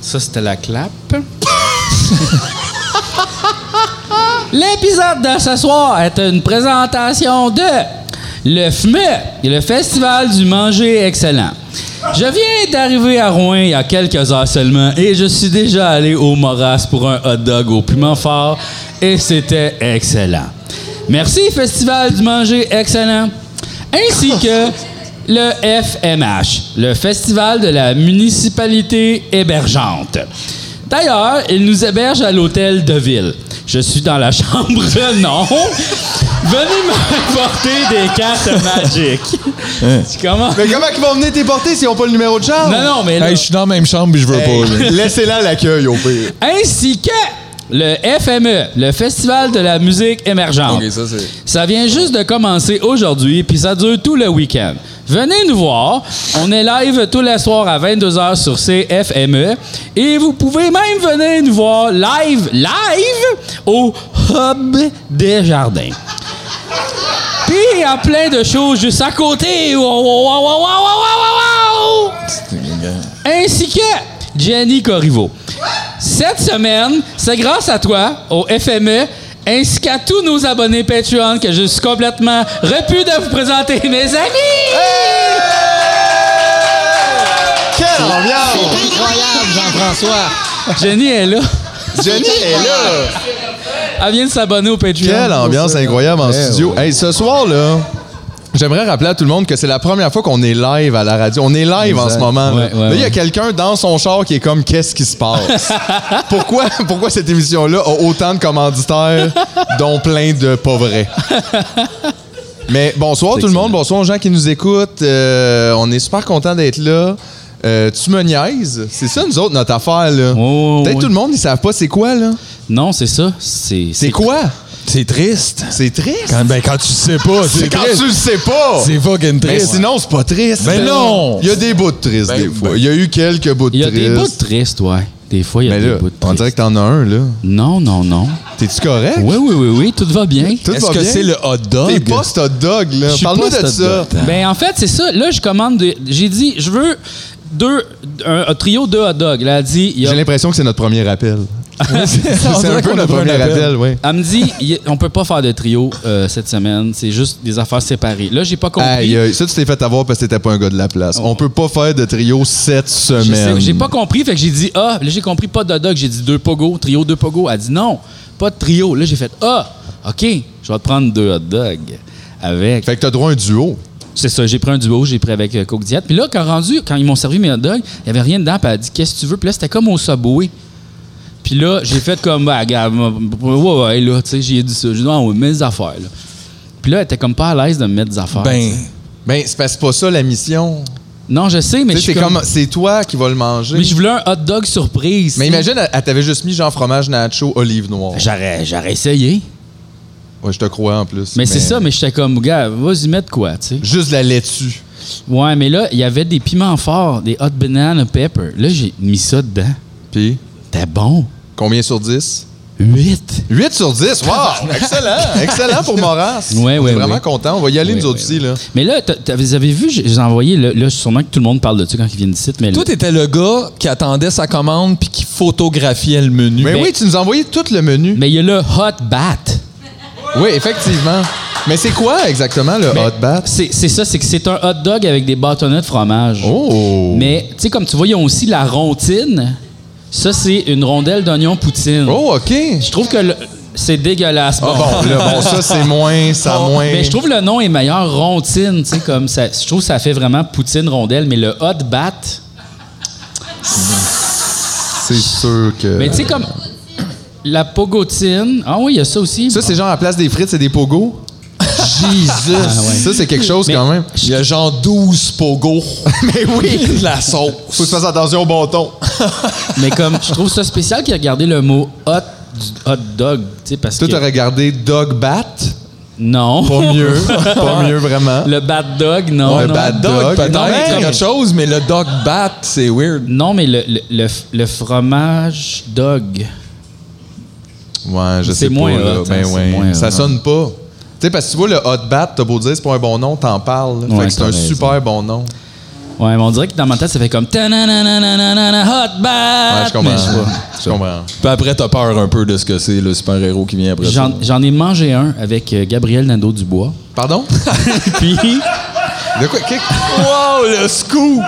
Ça, c'était la clap. L'épisode de ce soir est une présentation de le FME, le Festival du Manger Excellent. Je viens d'arriver à Rouen il y a quelques heures seulement et je suis déjà allé au Moras pour un hot dog au piment fort et c'était excellent. Merci Festival du Manger Excellent, ainsi que le FMH, le Festival de la Municipalité Hébergeante. D'ailleurs, il nous héberge à l'hôtel de ville. Je suis dans la chambre non. Venez m'apporter des cartes magiques. tu commences? Mais comment ils vont venir t'éporter s'ils n'ont pas le numéro de charge? Non, non, mais là- Hey, je suis dans la même chambre puis je veux Hey, pas. là. Laissez-la l'accueil au pire. ainsi que le FME, le Festival de la musique émergente. Ok, ça, c'est- Ça vient juste de commencer aujourd'hui, puis ça dure tout le week-end. Venez nous voir. On est live tous les soirs à 22h sur CFME. E. Et vous pouvez même venir nous voir live, live, au Hub des Jardins. Puis il y a plein de choses juste à côté. Wow, wow, wow, wow, wow, wow, wow, wow. Ainsi que Jenny Corriveau. Cette semaine, c'est grâce à toi, au FME, ainsi qu'à tous nos abonnés Patreon que je suis complètement repu de vous présenter mes amis! Quelle ambiance! Incroyable, Jean-François. Jenny est là. Jenny est là! Elle vient de s'abonner au Patreon. Quelle ambiance incroyable en Eh, studio. Hey, ce soir là, j'aimerais rappeler à tout le monde que c'est la première fois qu'on est live à la radio. On est live en ce moment. là. Ouais, ouais, Là, il y a ouais. quelqu'un dans son char qui est comme qu'est-ce qui se passe Pourquoi pourquoi cette émission là a autant de commanditaires dont plein de pas vrais Mais bonsoir tout le monde, bonsoir aux gens qui nous écoutent. Euh, on est super content d'être là. Euh, tu me niaises. C'est ça, nous autres, notre affaire, là. Oh, Peut-être ouais. tout le monde, ils savent pas c'est quoi, là. Non, c'est ça. C'est C'est quoi? C'est triste. C'est triste. Quand, ben, quand tu sais pas, C'est c'est quand triste. tu le sais pas. C'est fucking Mais triste. sinon, c'est pas triste. Ben non. Il y a des bouts de tristes, des fois. Ben Il y a eu quelques bouts de Il y a tristes. des bouts tristes, ouais. Des fois, il y a Mais des là, bouts de on tristes. dirait que t'en as un, là. Non, non, non. T'es-tu correct? Oui, oui, oui, oui, tout va bien. Tout Est-ce va que bien? c'est le hot dog? T'es pas ce dog, là. Je suis Parle-nous pas de cette ça. date. Ben en fait, c'est ça. Là, je commande. des- J'ai dit, je veux deux, un, un trio de hot dogs. Là, elle dit, il y a- J'ai l'impression que c'est notre premier appel. On C'est dirait un peu qu'on a notre pris un premier appel. appel, oui. elle me dit, il y a- on peut pas faire de trio euh, cette semaine. C'est juste des affaires séparées. Là, j'ai pas compris. Aïe, aïe, euh, ça, tu t'es fait avoir parce que t'étais pas un gars de la place. On peut pas faire de trio cette Je sais- semaine. j'ai pas compris, fait que j'ai dit ah, là j'ai compris pas de hot dog, j'ai dit deux pogo, trio deux pogo. Elle dit non, pas de trio. Là j'ai fait ah, ok, je vais te prendre deux hot dogs avec. Fait que t'as droit à un duo. C'est ça, j'ai pris un duo, j'ai pris avec euh, Coke Diet. Puis là, quand rendu, quand ils m'ont servi mes hot dogs, il n'y avait rien dedans. Puis elle a dit, qu'est-ce que tu veux? Puis là, c'était comme au Subway. Puis là, j'ai fait comme, bah, regarde, ouais, ouais, ouais, là, tu sais, j'ai dit ça. J'ai dit, ah, ouais, mets des affaires, là. Puis là, elle était comme pas à l'aise de me mettre des affaires. Ben, tu sais. Ben, c'est parce que c'est pas ça la mission. Non, je sais, mais Tu je sais, C'est suis comme... comme, c'est toi qui vas le manger. Mais je voulais un hot dog surprise. Mais tu sais. imagine, elle elle t'avait juste mis genre fromage nacho, olive noire. J'aurais, j'aurais essayé. Ouais, je te crois en plus. Mais, c'est ça, mais j'étais comme, gars, vas-y, mettre quoi, tu sais. Juste la laitue. Ouais, mais là, il y avait des piments forts, des hot banana pepper. Là, j'ai mis ça dedans. Puis, C'était bon. combien sur 10? 8. 8 sur 10, wow! Excellent! Excellent pour Moras. Ouais, On ouais, est vraiment ouais. content. On va y aller, Oui, nous autres oui, aussi, là. Mais là, t'as- t'as- vous avez vu, j'ai j'ai envoyé, là, là, sûrement que tout le monde parle de ça quand ils viennent ici, mais là- Toi, t'étais le gars qui attendait sa commande puis qui photographiait le menu. Mais Mais- oui, tu nous as envoyé tout le menu. mais il y a le hot bat. Oui, effectivement. Mais c'est quoi exactement le hot bat? C'est c'est ça, c'est que c'est un hot dog avec des bâtonnets de fromage. Oh! Mais, tu sais, comme tu vois, ils ont aussi la rondine. Ça, c'est une rondelle d'oignon poutine. Oh, OK! Je trouve que le- c'est dégueulasse. Ah bon, là, bon, ça, c'est moins, ça Bon, moins. Ah, Mais je trouve le nom est meilleur, rondine, tu sais, comme ça. Je trouve que ça fait vraiment poutine, rondelle, mais le hot bat. C'est sûr que... Mais tu sais, comme la pogotine. Ah oui, il y a ça aussi. Ça, c'est genre à la place des frites, c'est des pogos? Jesus! Ça, c'est quelque chose, Ah, Mais- quand même. Il y a genre 12 pogos. Mais oui! de la sauce. Faut que tu fasses attention au bâton. Mais comme je trouve ça spécial qu'il a gardé le mot hot du hot dog, tu sais parce Toi, que t'as regardé Dog Bat. non. Pas mieux. pas mieux, vraiment. Le bad dog, non. Ouais, non. bad dog, Dog, peut-être, Non, mais c'est comme- quelque chose, mais le dog bat, c'est weird. Non, mais le, le, le, le fromage dog. Ouais, je C'est sais pas. moins là. hot, Ben hein, c'est ouais. moins ça hot. sonne pas. Tu sais, parce que tu vois, le Hot Bat, t'as beau dire, c'est pas un bon nom, t'en parles. Ouais, fait que c'est t'as un raison. super bon nom. Ouais, mais on dirait que dans ma tête, ça fait comme. ta-na-na-na-na-na-na, Hot bat! Ouais, je comprends. Mais sais pas. Je comprends. Puis après, t'as peur un peu de ce que c'est le super-héros qui vient après ça. J'en- J'en ai mangé un avec euh, Gabriel Nadeau-Dubois. Pardon? Puis, De quoi? Qu'est- Wow, le scoop!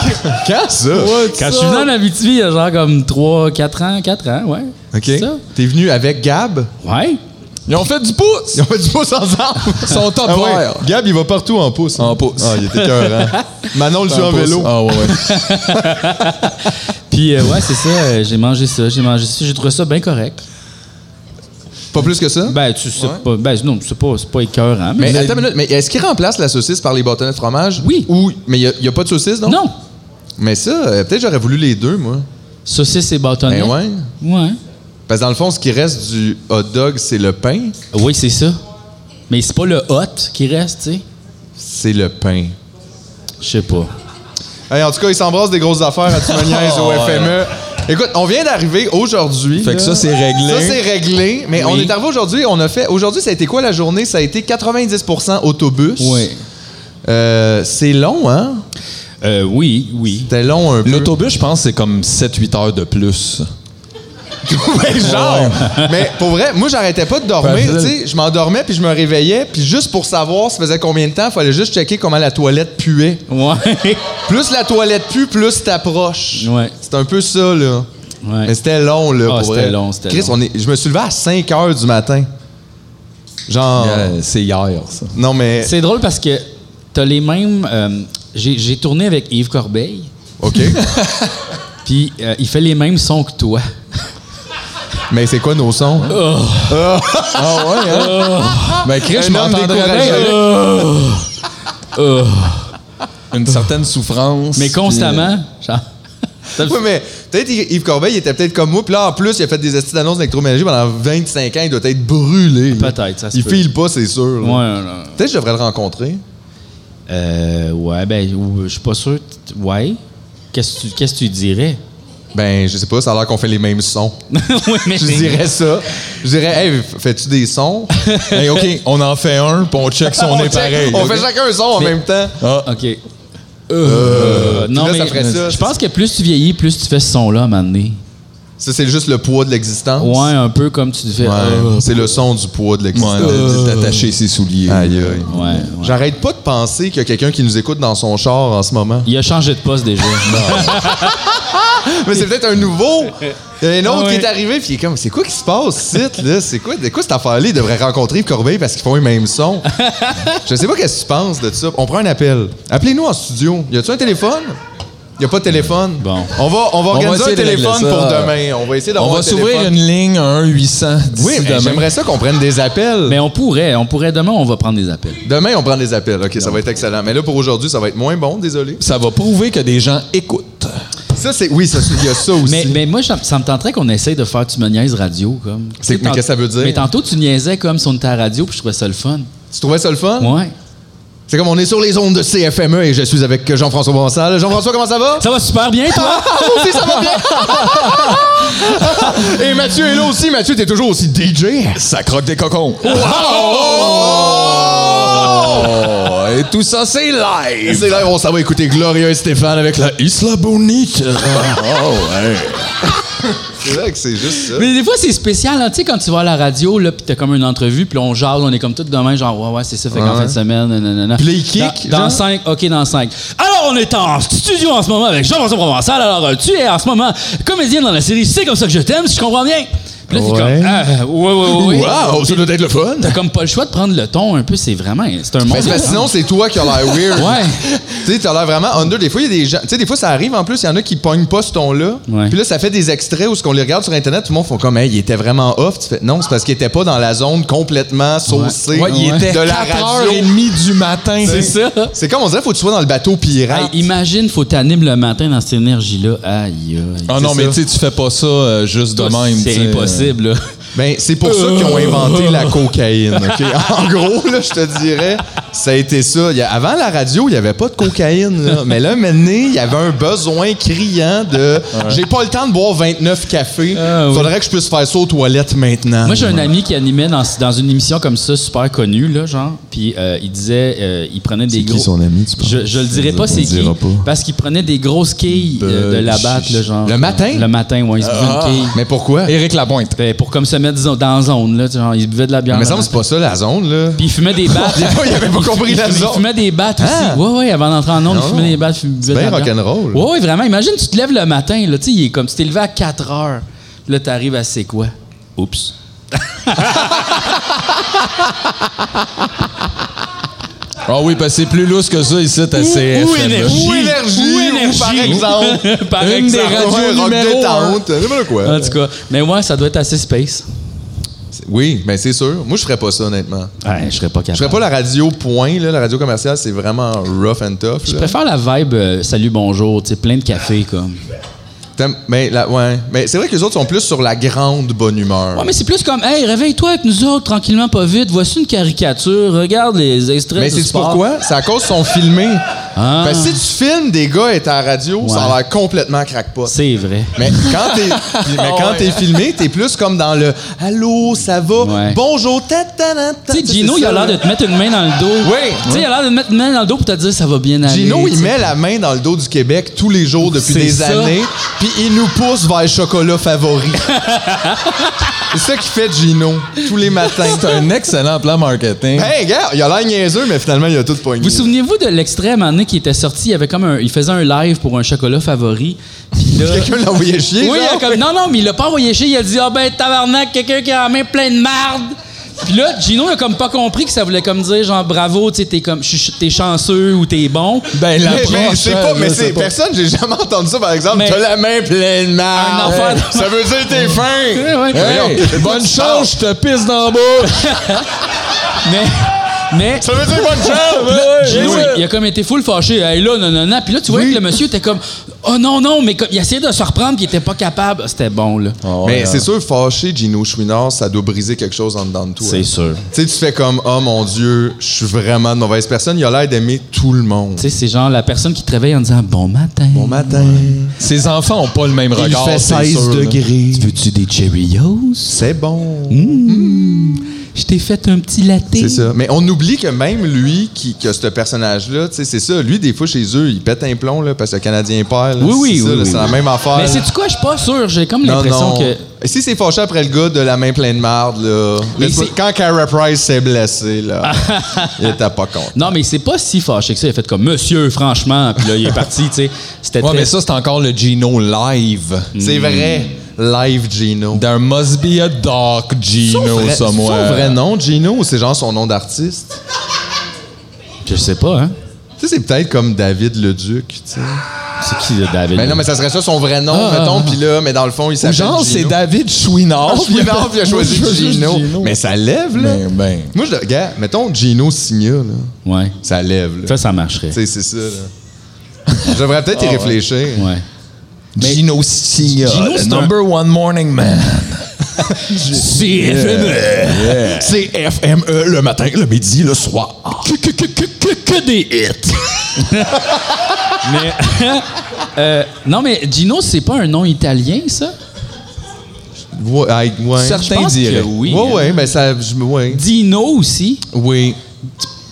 Quand ça? quand je suis venu en Abitibi, il y a genre comme 3, 4 ans, 4 ans, ouais. OK. C'est ça? T'es venu avec Gab? Ouais. Ils ont fait du pouce! Ils ont fait du pouce ensemble. Ils sont top Ah ouais. vert. Gab, il va partout en pouce. hein. En pouce. Ah, il était cœur, Manon le suit en pouce. vélo. Ah ouais, ouais. Puis, euh, ouais, c'est ça, euh, j'ai mangé ça, j'ai mangé ça, j'ai trouvé ça bien correct. Pas plus que ça? Ben, tu sais pas, ben, non, c'est pas, c'est pas écœurant, mais. mais attends une minute, mais est-ce qu'il remplace la saucisse par les bâtonnets de fromage? Oui. Ou, mais il n'y a, pas de saucisse, non? non! Mais ça, euh, peut-être j'aurais voulu les deux, moi. Saucisse et bâtonnet. Ben ouais. Ouais. Parce que dans le fond, ce qui reste du hot dog, c'est le pain. Oui, c'est ça. Mais c'est pas le hot qui reste, tu sais. C'est le pain. Je sais pas. Hey, en tout cas, ils s'embrassent des grosses affaires à Tumoniaise au FME. Écoute, on vient d'arriver aujourd'hui. Fait que ça, là. c'est Ça, réglé. c'est réglé. Mais on Oui. est arrivé aujourd'hui, on a fait. Aujourd'hui, ça a été quoi la journée? Ça a été 90% autobus. Euh, c'est long, hein? Euh, oui, oui. C'était long un peu. L'autobus, je pense, c'est comme 7-8 heures de plus. Ouais, genre. Mais pour vrai, moi, j'arrêtais pas de dormir. Facile. Tu sais, je m'endormais puis je me réveillais. Puis juste pour savoir, ça faisait combien de temps, fallait juste checker comment la toilette puait. Ouais. Plus la toilette pue, plus t'approches. Ouais. C'est un peu ça, là. Ouais. Mais c'était long, là, Ah, pour c'était vrai. long, c'était Chris, long. on est- je me suis levé à 5 heures du matin. Genre. Euh, c'est hier, ça. Non, mais. C'est drôle parce que t'as les mêmes. euh, J'ai j'ai tourné avec Yves Corbeil, OK. puis euh, il fait les mêmes sons que toi. mais c'est quoi nos sons? hein? Ah ouais, hein? Ben, Chris, je Un homme m'entendrais bien découragé. avec une certaine souffrance. Mais constamment. genre. Oui, mais peut-être Y- Yves Corbeil, il était peut-être comme moi. Puis là, en plus, il a fait des astuces d'annonces d'électroménager pendant 25 ans. Il doit être brûlé. là. Peut-être, ça se Il peut. file pas, c'est sûr. Ouais, là. ouais. Peut-être que je devrais le rencontrer. Euh, ouais, ben, ou- je suis pas sûr. t- Ouais. Qu'est-ce que tu- qu'est-ce que tu dirais? Ben, je sais pas, ça a l'air qu'on fait les mêmes sons. Oui, mais Je dirais ça. Je dirais, hey, f- fais-tu des sons? hey, OK, on en fait un, puis on check si on, est check. pareil. On OK. fait chacun un son en même temps. OK. Euh, non, là, ça mais ferait ça. je pense que plus tu vieillis, plus tu fais ce son-là à un moment donné. Ça, c'est juste le poids de l'existence. Ouais, un peu comme tu fais. Ouais, euh, c'est le son du poids de euh, Ouais, l'existence. de- d'attacher ses souliers. Aïe, aïe. ouais, ouais. J'arrête pas de penser qu'il y a quelqu'un qui nous écoute dans son char en ce moment. Il a changé de poste déjà. Mais c'est peut-être un nouveau. Il y en a un autre Ah ouais. qui est arrivé, puis il est comme, c'est quoi qui se passe, ici, là? C'est quoi, de quoi cette affaire-là? Ils devraient rencontrer Yves Corbeil parce qu'ils font les mêmes sons. Je sais pas qu'est-ce que tu penses de ça. On prend un appel. Appelez-nous en studio. Y a-tu un téléphone? Y a pas de téléphone. Bon. On va, on va va organiser essayer de un régler téléphone ça. pour demain. On va essayer d'avoir On va un s'ouvrir téléphone. une ligne à 1 800 d'ici Oui, mais demain. j'aimerais ça qu'on prenne des appels. mais on pourrait, on pourrait demain, on va prendre des appels. Demain, on prend des appels. OK, ça va être excellent. Mais là, pour aujourd'hui, ça va être moins bon, désolé. Ça va prouver que des gens écoutent. Ça, c'est. Oui, ça, c'est- il y a ça aussi. Mais, mais moi, ça, ça me tenterait qu'on essaye de faire Tu me niaises radio. Comme. C'est- Tu sais, mais tant- qu'est-ce que ça veut dire? Mais tantôt, tu niaisais comme si on était à la radio, puis je trouvais ça le fun. Tu trouvais ça le fun? Ouais. C'est comme on est sur les ondes de CFME E et je suis avec Jean-François Bonsal. Jean-François, comment ça va? Ça va super bien, toi? Moi aussi, ça va bien! et Mathieu est là aussi. Mathieu, t'es toujours aussi DJ. Ça croque des cocons. Oh! Et tout ça, c'est live. C'est là, on s'en va écouter Gloria et Stéphane avec la... Isla Bonita. Oh, C'est vrai que c'est juste ça. Mais des fois, c'est spécial. hein. Tu sais, quand tu vas à la radio, là, puis t'as comme une entrevue, puis là, on jase, on est comme tout demain, genre, ouais, ouais, c'est ça, fait qu'en fin de semaine, nanana. Puis là, ils kick, Dans, genre? 5, OK, dans 5. Alors, on est en studio en ce moment avec Jean-François Provençal. Alors, euh, tu es en ce moment comédienne dans la série C'est comme ça que je t'aime, si je comprends bien. Puis là, t'es comme, ah, ouais, ouais, ouais. ouais. Wow, ça doit être le fun! T'as comme pas le choix de prendre le ton un peu, c'est vraiment, c'est un monde. Mais c'est parce que sinon, c'est toi qui as l'air weird. Ouais. Tu sais, t'as l'air vraiment under. Des fois, il y a des gens. Tu sais, des fois, ça arrive en plus, il y en a qui pognent pas ce ton-là. Ouais. Puis là, ça fait des extraits où ce qu'on les regarde sur Internet, tout le monde font comme, hey, il était vraiment off. Tu fais, non, c'est parce qu'il était pas dans la zone complètement saucée Ouais, il était de la radio. 4h30 du matin. c'est ça. C'est comme on dirait, faut que tu sois dans le bateau pirate. Hey, imagine, faut t'animer le matin dans cette énergie-là. Aïe, aïe. Ah non, C'est mais ça. tu sais, tu fais pas ça euh, juste de même. tu C'est sais. impossible, là. Ben, c'est pour ça qu'ils ont inventé la cocaïne. ok? En gros, là, je te dirais, ça a été ça. Il y a- avant la radio, il n'y avait pas de cocaïne. là. Mais là, maintenant, il y avait un besoin criant de j'ai pas le temps de boire 29 cafés. Ah, oui. Faudrait que je puisse faire ça aux toilettes maintenant. Moi, j'ai un ami qui animait dans, dans une émission comme ça, super connue, là, genre. Puis euh, il disait, euh, il prenait des C'est qui gros. son ami, tu penses? Je, je le dirai On pas, c'est le qui. dira pas. Parce qu'il prenait des grosses quilles euh, de la batte, là, genre. Le matin? Ah. Le matin, ouais, il se buvait une quille. Mais pourquoi? Ah, Mais Éric Lapointe. Ben, pour comme se mettre disons, dans la zone, là, tu sais, genre, il se buvait de la bière. il me le semble que matin. c'est pas ça la zone, là. Puis il fumait des battes. il avait pas fu- compris il la fumait- zone. Il fumait des battes Ah! aussi. Ouais, ouais, avant d'entrer en onde, il Non. fumait des battes. il buvait de bien la bière. rock'n'roll. Ouais, ouais, vraiment. Imagine, tu te lèves le matin, là, tu sais, il est comme si t'es levé à 4 heures. Puis Là, t'arrives à c'est quoi? Oups. Ah oui, parce que c'est plus lousse que ça ici, t'as CF. Ou énergie. Ou énergie, Ou ou par exemple. par Une exemple. des radios Ouais, rock numéro un. détente, n'importe quoi. En tout cas, mais ouais, ça doit être assez space. Oui, ben c'est sûr. Moi, je ferais pas ça, honnêtement. Ouais, je serais pas capable. Je ferais pas la radio point, là. La radio commerciale, c'est vraiment rough and tough. Je là. préfère la vibe euh, salut, bonjour, tu sais, plein de Ah. café, comme. T'aimes- Mais la- ouais. Mais c'est vrai que les autres sont plus sur la grande bonne humeur. Ouais, mais c'est plus comme, hey, réveille-toi avec nous autres, tranquillement, pas vite. Voici une caricature, regarde les extraits Mais du c'est sport. pourquoi? C'est à cause qu'ils sont filmés. Ah. Parce que si tu filmes des gars étant à la radio, ça a l'air complètement crackpot. C'est vrai. Mais quand t'es puis- mais quand t'es filmé, t'es plus comme dans le Allô, ça va? Ouais. Bonjour, ta ta ta, ta. Tu sais, Gino, c'est il a ça, l'air là. de te mettre une main dans le dos. Oui. Tu sais, il a l'air de te mettre une main dans le dos pour te dire ça va bien aller. Gino, tu il sais. met la main dans le dos du Québec tous les jours depuis C'est des ça. années, puis il nous pousse vers le chocolat favori. c'est ça qu'il fait Gino, tous les matins. C'est un excellent plan marketing. hey, gars, il a l'air niaiseux, mais finalement, il a tout poigné. Vous souvenez-vous de l'extrait, à un moment donné, qui était sorti? Il, avait comme un, il faisait un live pour un chocolat favori. Puis là- Quelqu'un l'a envoyé chier, Oui, genre? il a comme, non, non, mais il l'a pas envoyé chez, il a dit, ah ben, tabarnak, quelqu'un qui a la main pleine de marde. Puis là, Gino, il a comme pas compris que ça voulait comme dire, genre, bravo, tu sais, t'es comme, ch- ch- t'es chanceux ou t'es bon. Ben, la Mais, mais prochaine, c'est pas, mais je sais c'est pas. personne, j'ai jamais entendu ça, par exemple. Mais- T'as la main pleine Un marde. enfant de- Ça veut dire que t'es Ouais, fin. ouais. Hey, bonne chance, je te pisse dans la bouche. Mais, mais, Ça veut dire bonne chance. Gino, il, euh, il a comme été full fâché. Hey, là, non, non, non. Puis là, tu vois que le monsieur était comme, oh non, non, mais comme, il essayait de se reprendre, puis il était pas capable. Ah, C'était bon, là. Mais c'est sûr, fâché Gino Chouinard, ça doit briser quelque chose en dedans de toi. C'est sûr. Tu sais, tu fais comme, oh mon Dieu, je suis vraiment de mauvaise personne. Il a l'air d'aimer tout le monde. Tu sais, c'est genre la personne qui te réveille en disant, bon matin. Bon matin. Ses enfants ont pas le même regard. c'est sûr, là. Tu veux-tu des Cheerios? C'est bon. Je t'ai fait un petit latte. C'est ça. Mais on oublie que même lui, qui, qui a ce personnage-là, tu sais, c'est ça. Lui, des fois, chez eux, il pète un plomb, là, parce que le Canadien perd. là, Oui, oui, c'est ça, oui, là, oui, C'est la oui. même affaire. Mais là. c'est-tu quoi? Je suis pas sûr. J'ai comme Non, l'impression non. que. Si c'est fâché après le gars de la main pleine de marde, là. Mais laisse-moi- c'est- Quand Cara Price s'est blessé, là, il était pas content. Non, mais c'est pas si fâché que ça. Il a fait comme Monsieur, franchement. Puis là, il est parti, tu sais. C'était Ouais, très- mais ça, c'est encore le Gino live. C'est vrai. Live Gino. There must be a dark Son Gino vrai- somewhere. Son vrai nom, Gino, ou c'est genre son nom d'artiste? Je sais pas, hein. Tu sais, c'est peut-être comme David Leduc, tu sais. Ah, C'est qui, le David? Mais Ben non, mais ça serait ça son vrai nom, mettons, puis là, mais dans le fond, il Ou s'appelle genre, c'est Gino. David Chouinard. Ah, Chouinard, puis il a choisi Moi, je veux juste Gino. Mais ça lève, là. Ben, ben. Moi, je, regarde, mettons Gino Signa, là. Ouais. Ça lève, là. Ça, ça marcherait. Tu sais, c'est ça, là. Je devrais peut-être y réfléchir. Ouais. Gino Signa, Gino, le c'est number one morning man. CFME. C'est FME le matin, le midi, le soir. Que, que, que, que, que, que des hits. mais. euh, non, mais Gino, c'est pas un nom italien, ça? Ouais, aïe, ouais. Je Certains pense diraient. que oui. Ouais, ouais, ben ça. je- Ouais. Dino aussi. Oui.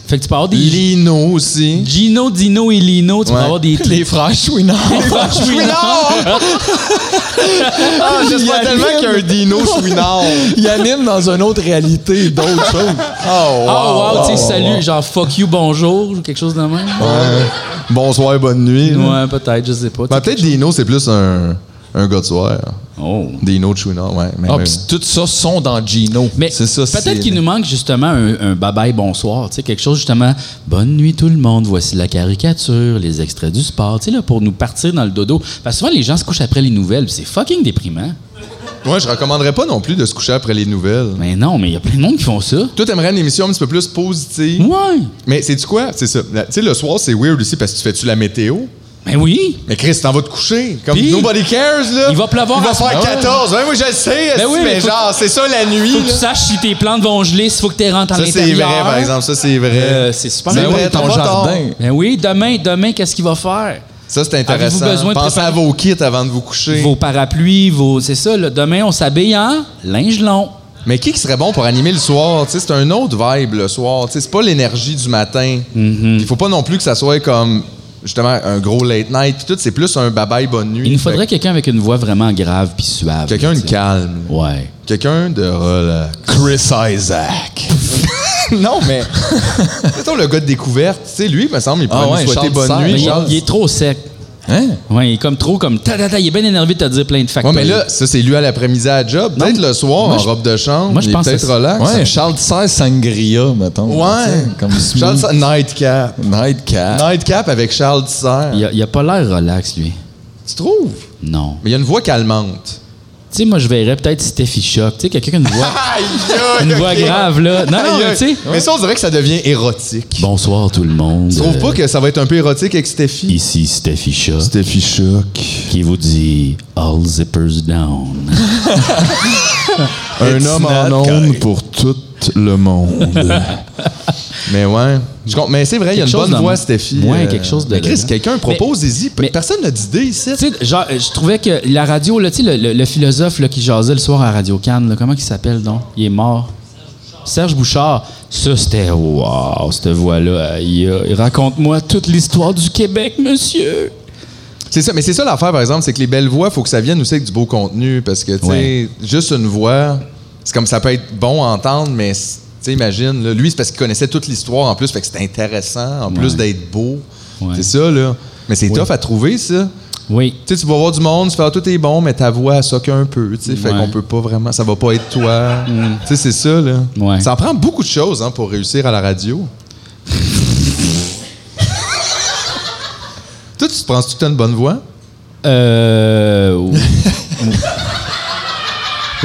Fait que tu peux avoir des. Lino aussi. Gino, Dino et Lino, tu Ouais. peux avoir des. Les frères Chouinard. Chouinard! ah, j'espère Il tellement qu'il y a un anime. Dino Chouinard. Ils animent dans une autre réalité, d'autres choses. Oh, Oh, wow, wow. tu sais, salut, genre fuck you, bonjour, ou quelque chose de même. Ouais. Bonsoir, bonne nuit. là. Ouais, peut-être, je sais pas. Ben, peut-être Dino, c'est plus un, un gars de soir. Oh. Dino de Chouinard, ouais. Mais, Ah, mais- pis tout ça sont dans Gino. Mais c'est ça. c'est- peut-être qu'il nous manque justement un, un bye-bye bonsoir, tu sais, quelque chose justement, bonne nuit tout le monde, voici la caricature, les extraits du sport, tu sais, là, pour nous partir dans le dodo. Parce que souvent, les gens se couchent après les nouvelles, puis c'est fucking déprimant. Moi, je recommanderais pas non plus de se coucher après les nouvelles. Mais non, mais il y a plein de monde qui font ça. Toi, t'aimerais une émission un petit peu plus positive. Ouais. Mais c'est du quoi? C'est ça. La- Tu sais, le soir, c'est weird aussi parce que tu fais-tu la météo? Ben oui. Mais Chris, t'en vas te coucher. Comme Puis, nobody cares, là. il va pleuvoir Il à va ce faire moment-là. 14. Ouais, moi, je le sais. esti, Ben oui, mais, mais faut- genre, c'est ça la Faut nuit. que tu là. saches si tes plantes vont geler, s'il faut que tu rentres à Ça, c'est l'intérieur. vrai, par exemple. Ça, c'est vrai. Euh, c'est super C'est important. vrai, ton Ton jardin. jardin. Ben oui, demain, demain, qu'est-ce qu'il va faire? Ça, c'est intéressant. Avez-vous besoin de Pensez à préparer- vos kits avant de vous coucher. Vos parapluies, vos. C'est ça, là. Demain, on s'habille en linge long. Mais qui qui serait bon pour animer le soir? Tu sais, c'est un autre vibe le soir. Tu sais, C'est pas l'énergie du matin. Il faut pas non plus que ça soit comme justement un gros late night. puis tout, c'est plus un bye-bye bonne nuit. Il nous Fait faudrait quelqu'un avec une voix vraiment grave puis suave. Quelqu'un de tu sais. calme. Ouais. Quelqu'un de relax. Chris Isaac. non, mais. Mettons le gars de découverte. Tu sais, lui, il me semble, il pourrait Ah nous ouais, souhaiter Charles bonne Serre. Mais nuit. il, Charles. il est trop sec. Hein? Ouais, il est comme trop comme. ta, ta, ta, il est bien énervé de te dire plein de facteurs. Ouais, mais là, ça, c'est lui à l'après-midi à la job. Peut-être le soir, en robe de chambre. moi, je il est pense que peut-être ça- relax. Ouais, Ah, Charles XVI Sangria, mettons. Ouais. Tu sais, Comme Charles, smooth. Ah. Serre- Nightcap. Nightcap. Nightcap avec Charles Serre. il a, il a pas l'air relax, lui. Tu trouves? Non. Mais il y a une voix calmante. Tu sais, moi, je verrais peut-être Steffi Choc. Tu sais, quelqu'un qui a une voix, une voix grave, là. Non, non, mais tu sais. Ah, Mais ça, on dirait que ça devient érotique. Bonsoir, tout le monde. Tu trouves pas que ça va être un peu érotique avec Steffi? Ici Steffi Choc Steffi Choc. qui vous dit All zippers down. Un homme en onde pour tout le monde. Mais ouais. Je com- mais c'est vrai, il y a une Quelque chose bonne de- voix, Steffi. Ouais, quelque chose de- Mais Chris, quelqu'un propose y mais- Personne n'a d'idée ici. Tu sais, genre, euh, je trouvais que la radio, là, tu sais, le, le- le philosophe là, qui jasait le soir à Radio Cannes, là, comment il s'appelle donc Il est mort. Serge Bouchard, ça c'était wow, cette voix-là. aïe, aïe. Raconte-moi toute l'histoire du Québec, monsieur. C'est ça, mais c'est ça l'affaire, par exemple, c'est que les belles voix, faut que ça vienne aussi avec du beau contenu. Parce que, tu sais, Ouais. juste une voix, c'est comme ça peut être bon à entendre, mais c'est- tu sais, imagine, là, lui, c'est parce qu'il connaissait toute l'histoire en plus, fait que c'était intéressant, en plus d'être beau. Ouais. C'est ça, là. Mais c'est tough à trouver, ça. Oui. Tu sais, tu vas voir du monde, tu fais ah, tout est bon, mais ta voix, elle soque un peu. Tu sais, fait Ouais. Mm. qu'on peut pas vraiment, ça va pas être toi. Tu sais, c'est ça, là. Ouais. Ça en prend beaucoup de choses, hein, pour réussir à la radio. Toi, tu te prends tout une bonne voix? Euh. ou-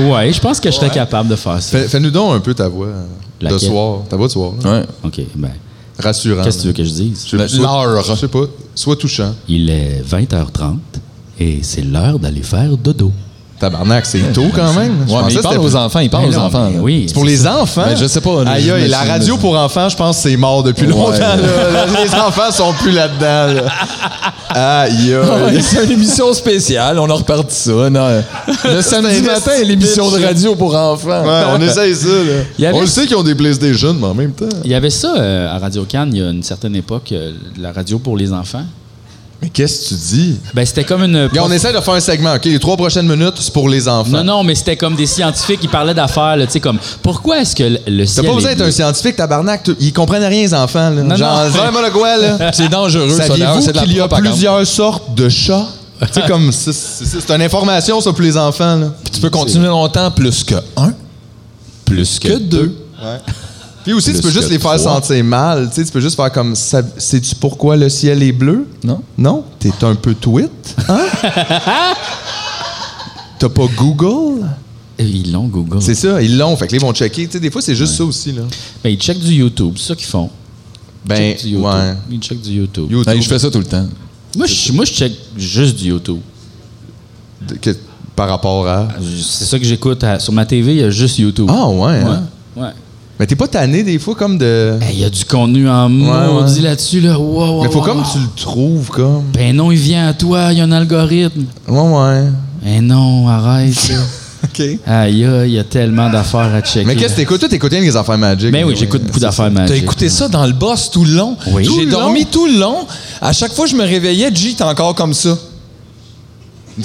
ouais, je pense que j'étais capable de faire ça. Fais- Fais-nous donc un peu ta voix euh, de Laquelle? soir. Ta voix de soir. là. Ouais. Ok, ben. Rassurant. Qu'est-ce que tu là. veux que je dise Je- sois- Je sais pas. Sois touchant. Il est 20h30 et c'est l'heure d'aller faire dodo. Tabarnak, c'est tôt quand même. Je Ouais, pensais mais il que parle c'était- aux enfants, il parle Ben aux non, enfants. mais là. oui. C'est pour les enfants? Ben, je sais pas, là, Aïe, je aïe, me la suis- radio pour enfants, je pense que c'est mort depuis longtemps. là. Les enfants sont plus là-dedans. là. Aïe, aïe. Ah, Ouais, c'est une émission spéciale, on a reparti ça. non. Le samedi un matin, esti l'émission bitch. de radio pour enfants. Ouais, on essaye ça. là. Il y avait- On le sait qu'ils ont des PlayStation, mais en même temps. Il y avait ça euh, à Radio Cannes il y a une certaine époque, euh, la radio pour les enfants. Mais qu'est-ce que tu dis? Ben, c'était comme une. on essaie de faire un segment, OK? Les trois prochaines minutes, c'est pour les enfants. Non, non, mais c'était comme des scientifiques qui parlaient d'affaires, là, tu sais, comme pourquoi est-ce que le- le T'as ciel. pas besoin est d'être un bleu? scientifique, tabarnak. tu- Ils comprennent rien, les enfants. Là. Non, Genre, non. vraiment le quoi, là? C'est dangereux, ça. d'ailleurs, Saviez-vous c'est de la qu'il y a propagande. plusieurs sortes de chats? tu sais, comme, c'est- c'est c'est une information, ça, pour les enfants, là. Tu peux continuer longtemps plus que un, plus que, deux. Puis aussi, tu peux Plus juste que les faire trois. sentir mal. Tu sais, tu peux juste faire comme, Sa- sais-tu pourquoi le ciel est bleu? Non. Non? T'es un peu tweet, hein? T'as pas Google? Euh, Ils l'ont, Google. C'est ça, ils l'ont. Fait que les vont checker. Tu sais, des fois, c'est juste ça aussi, là. Ben, ils checkent du YouTube, c'est ça qu'ils font. Ils Ben, checkent du YouTube. ouais. Ils checkent du YouTube. YouTube. Ouais, je fais ça tout le temps. Moi, je, moi, je check juste du YouTube. De- que- par rapport à... C'est ça que j'écoute à- sur ma TV, il y a juste YouTube. Ah, ouais, Ouais. hein? ouais. Mais t'es pas tanné, des fois, comme de... Hey, Il y a du contenu en maudit ouais. là-dessus, là. Wow, wow, Mais faut wow, comme wow. tu le trouves, comme. Ben non, il vient à toi, il y a un algorithme. Ouais, ouais. Ben non, arrête. là. OK. Aïe, aïe, il y a tellement d'affaires à checker. Mais qu'est-ce que t'écoutes? Toi, t'écoutes rien que les affaires Magic. Ben oui, j'écoute beaucoup d'affaires T'as magiques. écouté ça dans le boss tout le long? Oui. Tout J'ai le dormi tout le long. À chaque fois que je me réveillais, G, t'es encore comme ça.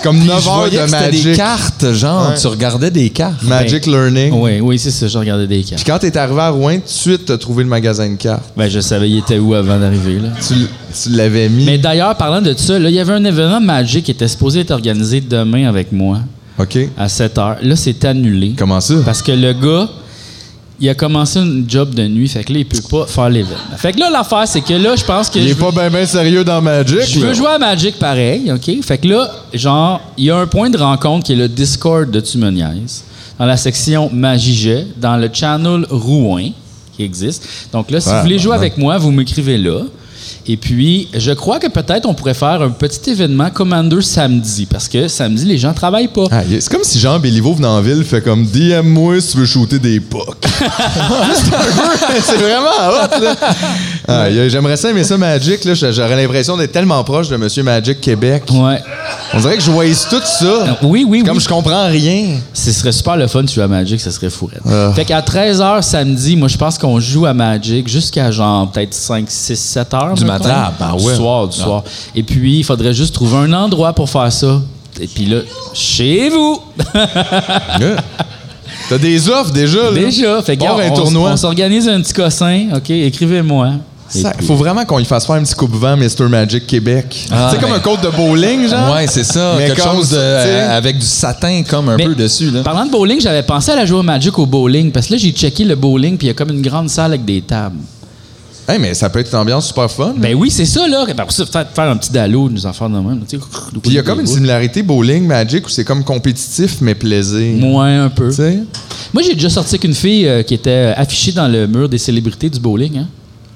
Comme Puis 9 je heures voyais que de c'était des Magic. cartes, genre. Ouais. Tu regardais des cartes. Magic Learning. Oui, oui, c'est ça, je regardais des cartes. Puis quand t'es arrivé à Rouen, tout de suite, t'as trouvé le magasin de cartes. Ben, je savais, il était où avant d'arriver, là. Tu, l- tu l'avais mis. Mais d'ailleurs, parlant de ça, là, il y avait un événement Magic qui était supposé être organisé demain avec moi, OK. à 7 h. Là, c'est annulé. Comment ça? Parce que le gars, il a commencé une job de nuit, fait que là, il peut pas faire l'événement. Fait que là, l'affaire, c'est que là, je pense que. Il je est veux- pas ben ben sérieux dans Magic. Je veux là. jouer à Magic pareil, OK? Fait que là, genre, il y a un point de rencontre qui est le Discord de Tumoniaise, dans la section Magie Jet, dans Ah, le channel Rouen, qui existe. Donc là, si vous voulez jouer avec moi, vous m'écrivez là. Et puis, je crois que peut-être on pourrait faire un petit événement Commander samedi, parce que samedi, les gens travaillent pas. Ah, y- c'est comme si Jean Béliveau venait en ville, fait comme DM-moi si tu veux shooter des pucks. c'est un peu- c'est vraiment hot, là. Ah, y a- J'aimerais ça aimer ça, Magic. là. J'a- J'aurais l'impression d'être tellement proche de Monsieur Magic Québec. Ouais. Ah On dirait que je voyais tout ça. Oui, oui, Comme oui. je comprends rien. Ce serait super le fun si tu joues à Magic, ce serait fourrette. Ah. Fait qu'à 13h samedi, moi je pense qu'on joue à Magic jusqu'à genre peut-être 5, 6, 7 heures. Du mettons. matin. Ah, bah ben ouais. Du soir, du soir. Et puis, il faudrait juste trouver un endroit pour faire ça. Et puis là, chez vous! Yeah. T'as des offres déjà, là. Déjà! Fait que, Or, regarde, un on, tournoi. on s'organise un petit cossin, OK? Écrivez-moi. Et Ça- puis- faut vraiment qu'on y fasse faire un petit coupe-vent Mr. Magic Québec. Ah, c'est comme ben- un code de bowling, genre. Ouais, c'est ça. Mais quelque comme chose de- euh, ça, tu sais. avec du satin comme un Mais- peu dessus. Là. Parlant de bowling, j'avais pensé à la jouer au Magic au bowling, parce que là, j'ai checké le bowling, puis il y a comme une grande salle avec des tables. Hey, mais ça peut être une ambiance super fun. Ben oui, c'est ça, là. Pour ça, peut-être faire un petit dallo, nous en faire de même. Puis Puis il y a ben comme une similarité bowling Magic où c'est comme compétitif mais plaisir. Ouais, un peu. Tu sais? Moi, j'ai déjà sorti avec une fille euh, qui était affichée dans le mur des célébrités du bowling, hein?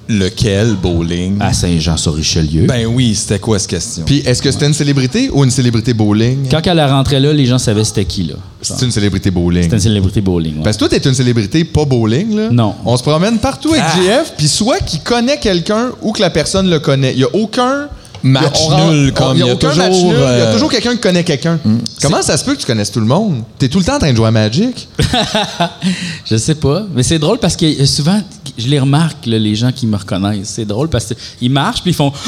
Lequel bowling? À Saint-Jean-sur-Richelieu. Ah. Ben oui, c'était quoi cette question? Puis est-ce que c'était une célébrité ou une célébrité bowling? Quand elle rentrait là, les gens savaient c'était qui, là. C'est une célébrité bowling. C'était une célébrité bowling, ouais. Parce que toi, t'es une célébrité pas bowling, là. Non. On se promène partout avec JF, puis soit qu'il connaît quelqu'un ou que la personne le connaît. Il y a aucun... Match il y a- on- nul, on- comme il y a, il y a aucun match toujours, nul. Il y a euh, toujours quelqu'un qui connaît quelqu'un. Comment ça se peut que tu connaisses tout le monde? T'es tout le temps en train de jouer à Magic? Je sais pas. Mais c'est drôle parce que euh, souvent, je les remarque, là, les gens qui me reconnaissent. C'est drôle parce qu'ils marchent, puis ils font...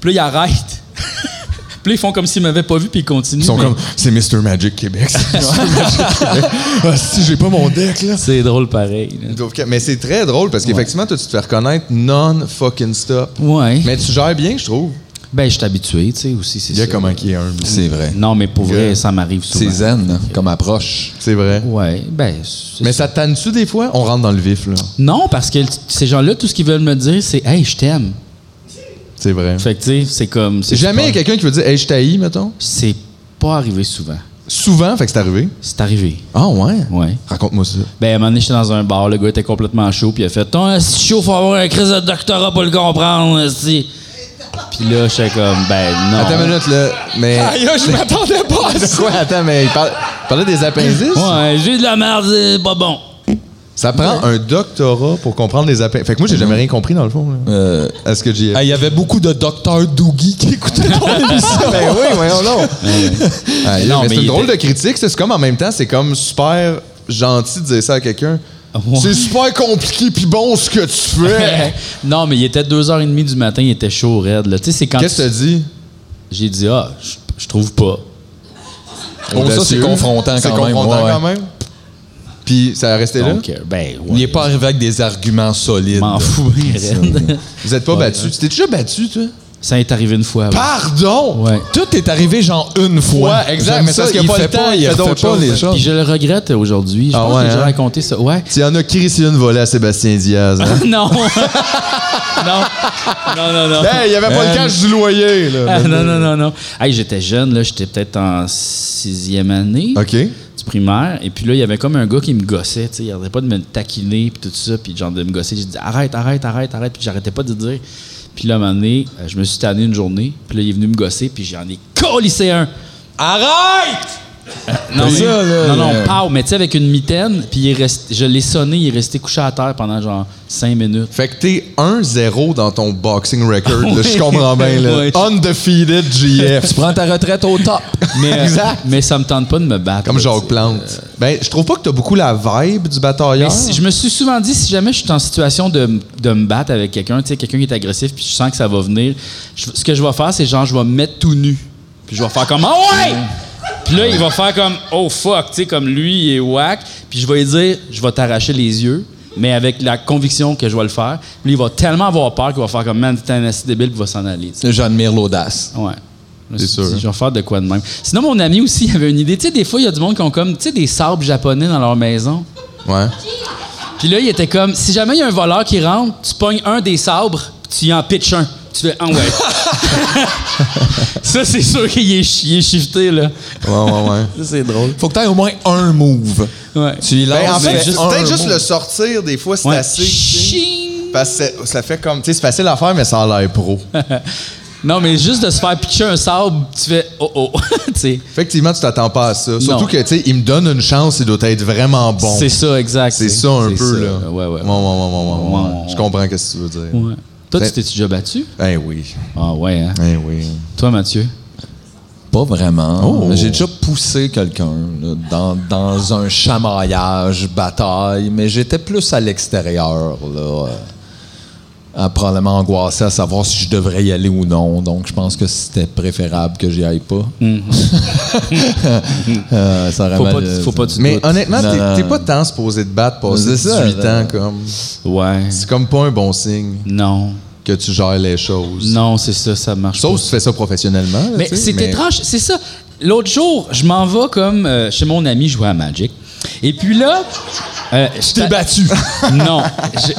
Puis là, ils arrêtent. puis là, ils font comme s'ils m'avaient pas vu, puis ils continuent. Ils sont mais- comme, c'est Mr. Magic Québec. c'est Mr. Magic Québec. Ah, si, j'ai pas mon deck, là. C'est drôle pareil. là. Mais c'est très drôle parce qu'effectivement, toi, tu te fais reconnaître non-fucking stop. Ouais. Mais tu gères bien, je trouve. Ben, je suis habitué, tu sais, aussi, c'est Il y a ça. comment qui est humble. C'est vrai. Non, mais pour vrai, Que- ça m'arrive C'est souvent. zen comme approche. C'est vrai. Ouais, ben... c'est- Mais ça te tanne-tu des fois? On rentre dans le vif, là. Non, parce que t- ces gens-là, tout ce qu'ils veulent me dire, c'est « Hey, je t'aime C'est vrai. ». Fait que, tu sais, c'est comme... c'est Jamais il y a pas- quelqu'un qui veut dire Hey, je t'haïs, mettons. C'est pas arrivé souvent. Souvent, fait que c'est arrivé. C'est arrivé, Ah ouais? ouais. Raconte-moi ça. Ben, à un moment donné, j'étais dans un bar, le gars était complètement chaud, puis il a fait « Ton esti chaud, faut avoir un crise de doctorat pour le comprendre, esti. Puis là, j'étais comme « Ben, non. » Attends une minute, là. Mais. Eh, je m'attendais pas à ça. Quoi? Attends, mais il parle- il parlait des appendices? Ouais, j'ai de la merde, c'est pas bon. Ça prend un doctorat pour comprendre les appendices. Fait que moi, j'ai jamais rien compris, dans le fond, là. Euh, À ce que j'ai. ah, il y avait beaucoup de docteurs Doogie qui écoutaient ton émission. Ben oui, voyons donc. Ah, Non, mais mais c'est une il drôle était- de critique. ça. C'est comme en même temps, c'est comme super gentil de dire ça à quelqu'un. Ouais. C'est super compliqué puis bon ce que tu fais. non, mais il était 2h30 du matin, il était chaud, raide. là. Tu sais, c'est quand Qu'est-ce que tu- tu dit? j'ai dit, ah, je- je trouve pas. Bon, ça, c'est Audacieux. confrontant C'est quand même. confrontant ouais, ouais. quand même. Puis ça a resté là. Donc, euh, ben, ouais. Il n'est pas arrivé avec des arguments solides. Je m'en là. fous, bien raide. Vous êtes pas battu. Tu t'es déjà battu, toi? Ça est arrivé une fois. ouais. Pardon! Ouais. Tout est arrivé genre une fois. Ouais, exact, J'aime mais c'est parce qu'il il a pas fait le temps, il il fait fait d'autres pas choses. les Puis choses. je le regrette aujourd'hui. Je Ah pense ouais, que j'ai hein? raconté ça. Ouais. S'il y en a qui réussit une volée à Sébastien Diaz. hein? non. non. Non, non, non. hey, il y avait pas le cash du loyer, là. Ah, non, non, non, non. Hey, j'étais jeune, là. J'étais peut-être en sixième année OK. du primaire. Et puis là, il y avait comme un gars qui me gossait. tu sais, Il arrêtait pas de me taquiner, puis tout ça. Puis genre de me gosser. J'ai dit arrête, arrête, arrête, arrête. Puis j'arrêtais pas de dire. Puis là, à un moment donné, euh, je me suis tanné une journée. Puis là, il est venu me gosser, puis j'en ai collissé un. Euh, Arrête! T'as Non, mais- ça, là, non, non, euh, pow, mais tu sais, avec une mitaine, puis il est resté- je l'ai sonné, il est resté couché à terre pendant genre 5 minutes. Fait que t'es 1-0 dans ton boxing record. là. Je Oui. comprends bien, là. Ouais. Undefeated GF. Tu prends ta retraite au top. Mais, euh, Exact. mais ça me tente pas de me battre. Comme là, Jacques tu sais. Plante. Ben, je trouve pas que t'as beaucoup la vibe du Mais batailleur. si- je me suis souvent dit, si jamais je suis en situation de, m- de me battre avec quelqu'un, tu sais, quelqu'un qui est agressif, puis je sens que ça va venir, je- ce que je vais faire, c'est genre, je vais me mettre tout nu. Puis je vais faire comme, ah ouais! Puis là, il va faire comme, oh fuck, tu sais, comme lui, il est whack. Puis je vais lui dire, je vais t'arracher les yeux, mais avec la conviction que je vais le faire. Puis il va tellement avoir peur qu'il va faire comme, man, t'es un assis débile, puis il va s'en aller, tu sais. J'admire l'audace. Ouais. Je me suis sûr. dit, je vais faire de quoi de même. Sinon, mon ami aussi avait une idée. Tu sais, des fois, il y a du monde qui ont comme, tu sais, des sabres japonais dans leur maison. Ouais. Puis là, il était comme, si jamais il y a un voleur qui rentre, tu pognes un des sabres, puis tu y en pitches un. Tu fais, ah ouais. ça, c'est sûr qu'il est, chi- il est shifté, là. Ouais, ouais, ouais. Ça, c'est drôle. Faut que tu aies au moins un move. Ouais. Tu y lances Ben, en fait, mais juste- un peut-être juste move. le sortir, des fois, c'est Ouais. assez. tu sais. Ching! Parce que c'est- ça fait comme, tu sais, c'est facile à faire, mais ça a l'air pro. non, mais juste de se faire pitcher un sable, tu fais oh oh. tu sais, Effectivement, tu t'attends pas à ça. Surtout Non. que, tu sais, il me donne une chance, il doit être vraiment bon. C'est ça, exact. C'est ça un c'est peu, ça. là. Ouais, ouais. Ouais, ouais, ouais, ouais, ouais, Ouais, ouais, ouais. Je comprends ce que tu veux dire. Ouais. Toi, tu C'est- t'es déjà battu? Eh oui. Ah ouais, hein? Eh oui. Toi, Mathieu? Pas vraiment. Oh. J'ai déjà poussé quelqu'un là, dans, dans un chamaillage, bataille, mais j'étais plus à l'extérieur, là. euh, à probablement angoissé à savoir si je devrais y aller ou non. Donc, je pense que c'était préférable que j'y aille pas. Euh, ça aurait Mm. Faut pas, mal- faut pas du Mais honnêtement, Non, non. t'es- t'es pas tant supposé de battre passer C'est ça, 18 là. ans, comme. Ouais. C'est comme pas un bon signe Non. que tu gères les choses. Non, c'est ça, ça marche pas. Sauf si tu fais ça professionnellement. là, Mais tu sais, c'est étrange, c'est ça. L'autre jour, je m'en vais comme euh, chez mon ami jouer à Magic. Et puis là, euh, je T'es battu. non.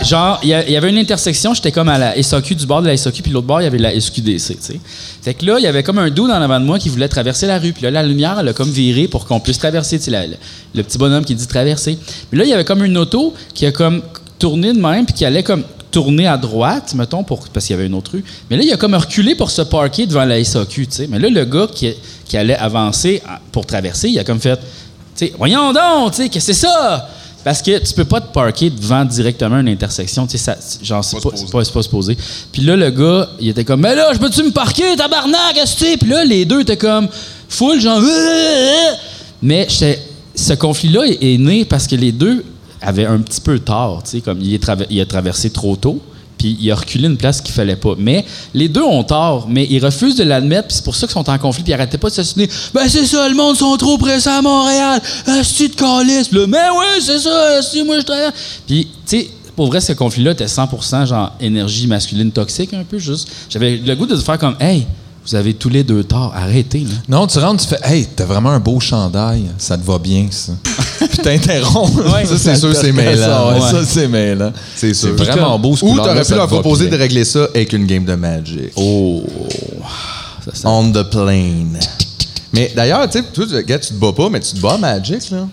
Je- genre, il y, a- il y avait une intersection, j'étais comme à la SAQ, du bord de la SAQ, puis l'autre bord, il y avait la SQDC, tu sais. Fait que là, il y avait comme un dos en avant de moi qui voulait traverser la rue, puis là, la lumière, elle a comme viré pour qu'on puisse traverser, tu sais, la- le, le petit bonhomme qui dit traverser. Puis là, il y avait comme une auto qui a comme tourné de même, puis qui allait comme tourner à droite, mettons, pour, parce qu'il y avait une autre rue. Mais là, il a comme reculé pour se parquer devant la SAQ, tu sais. Mais là, le gars qui, qui allait avancer à- pour traverser, il a comme fait, tu sais, voyons donc, tu sais, que c'est ça? Parce que tu peux pas te parquer devant directement une intersection. Tu sais, ça, genre, c'est pas, c'est pas, c'est pas supposé. Puis là, le gars, il était comme, mais là, je peux-tu me parquer, tabarnak, qu'est-ce que tu sais? Puis là, les deux étaient comme, full, genre, Euh! mais j'étais- ce conflit-là est- est né parce que les deux avaient un petit peu tort, tu sais, comme il, est trava- il a traversé trop tôt. Puis il a reculé une place qu'il fallait pas. Mais les deux ont tort, mais ils refusent de l'admettre, puis c'est pour ça qu'ils sont en conflit, puis ils arrêtaient pas de se soutenir. Ben c'est ça, le monde sont trop pressés à Montréal. Asti de calice, Puis là, Mais oui, c'est ça, asti, moi je travaille. Puis, tu sais, pour vrai, ce conflit-là était 100% genre énergie masculine toxique, un peu juste. J'avais le goût de faire comme, hey, vous avez tous les deux tort, arrêtez, là. Non, tu rentres, tu fais Hey, t'as vraiment un beau chandail, ça te va bien, ça. Puis t'interromps. Ouais. Ça, c'est sûr, c'est mêlant. Ouais. Ça, c'est mêlant. C'est sûr. vraiment beau, ce Ou couleur-là, t'aurais ça pu leur te va proposer bien. de régler ça avec une game de Magic. Oh, ça sent. On the plane. Mais d'ailleurs, tu sais, toi, tu- gars, tu te bats pas, mais tu te bats à Magic, là.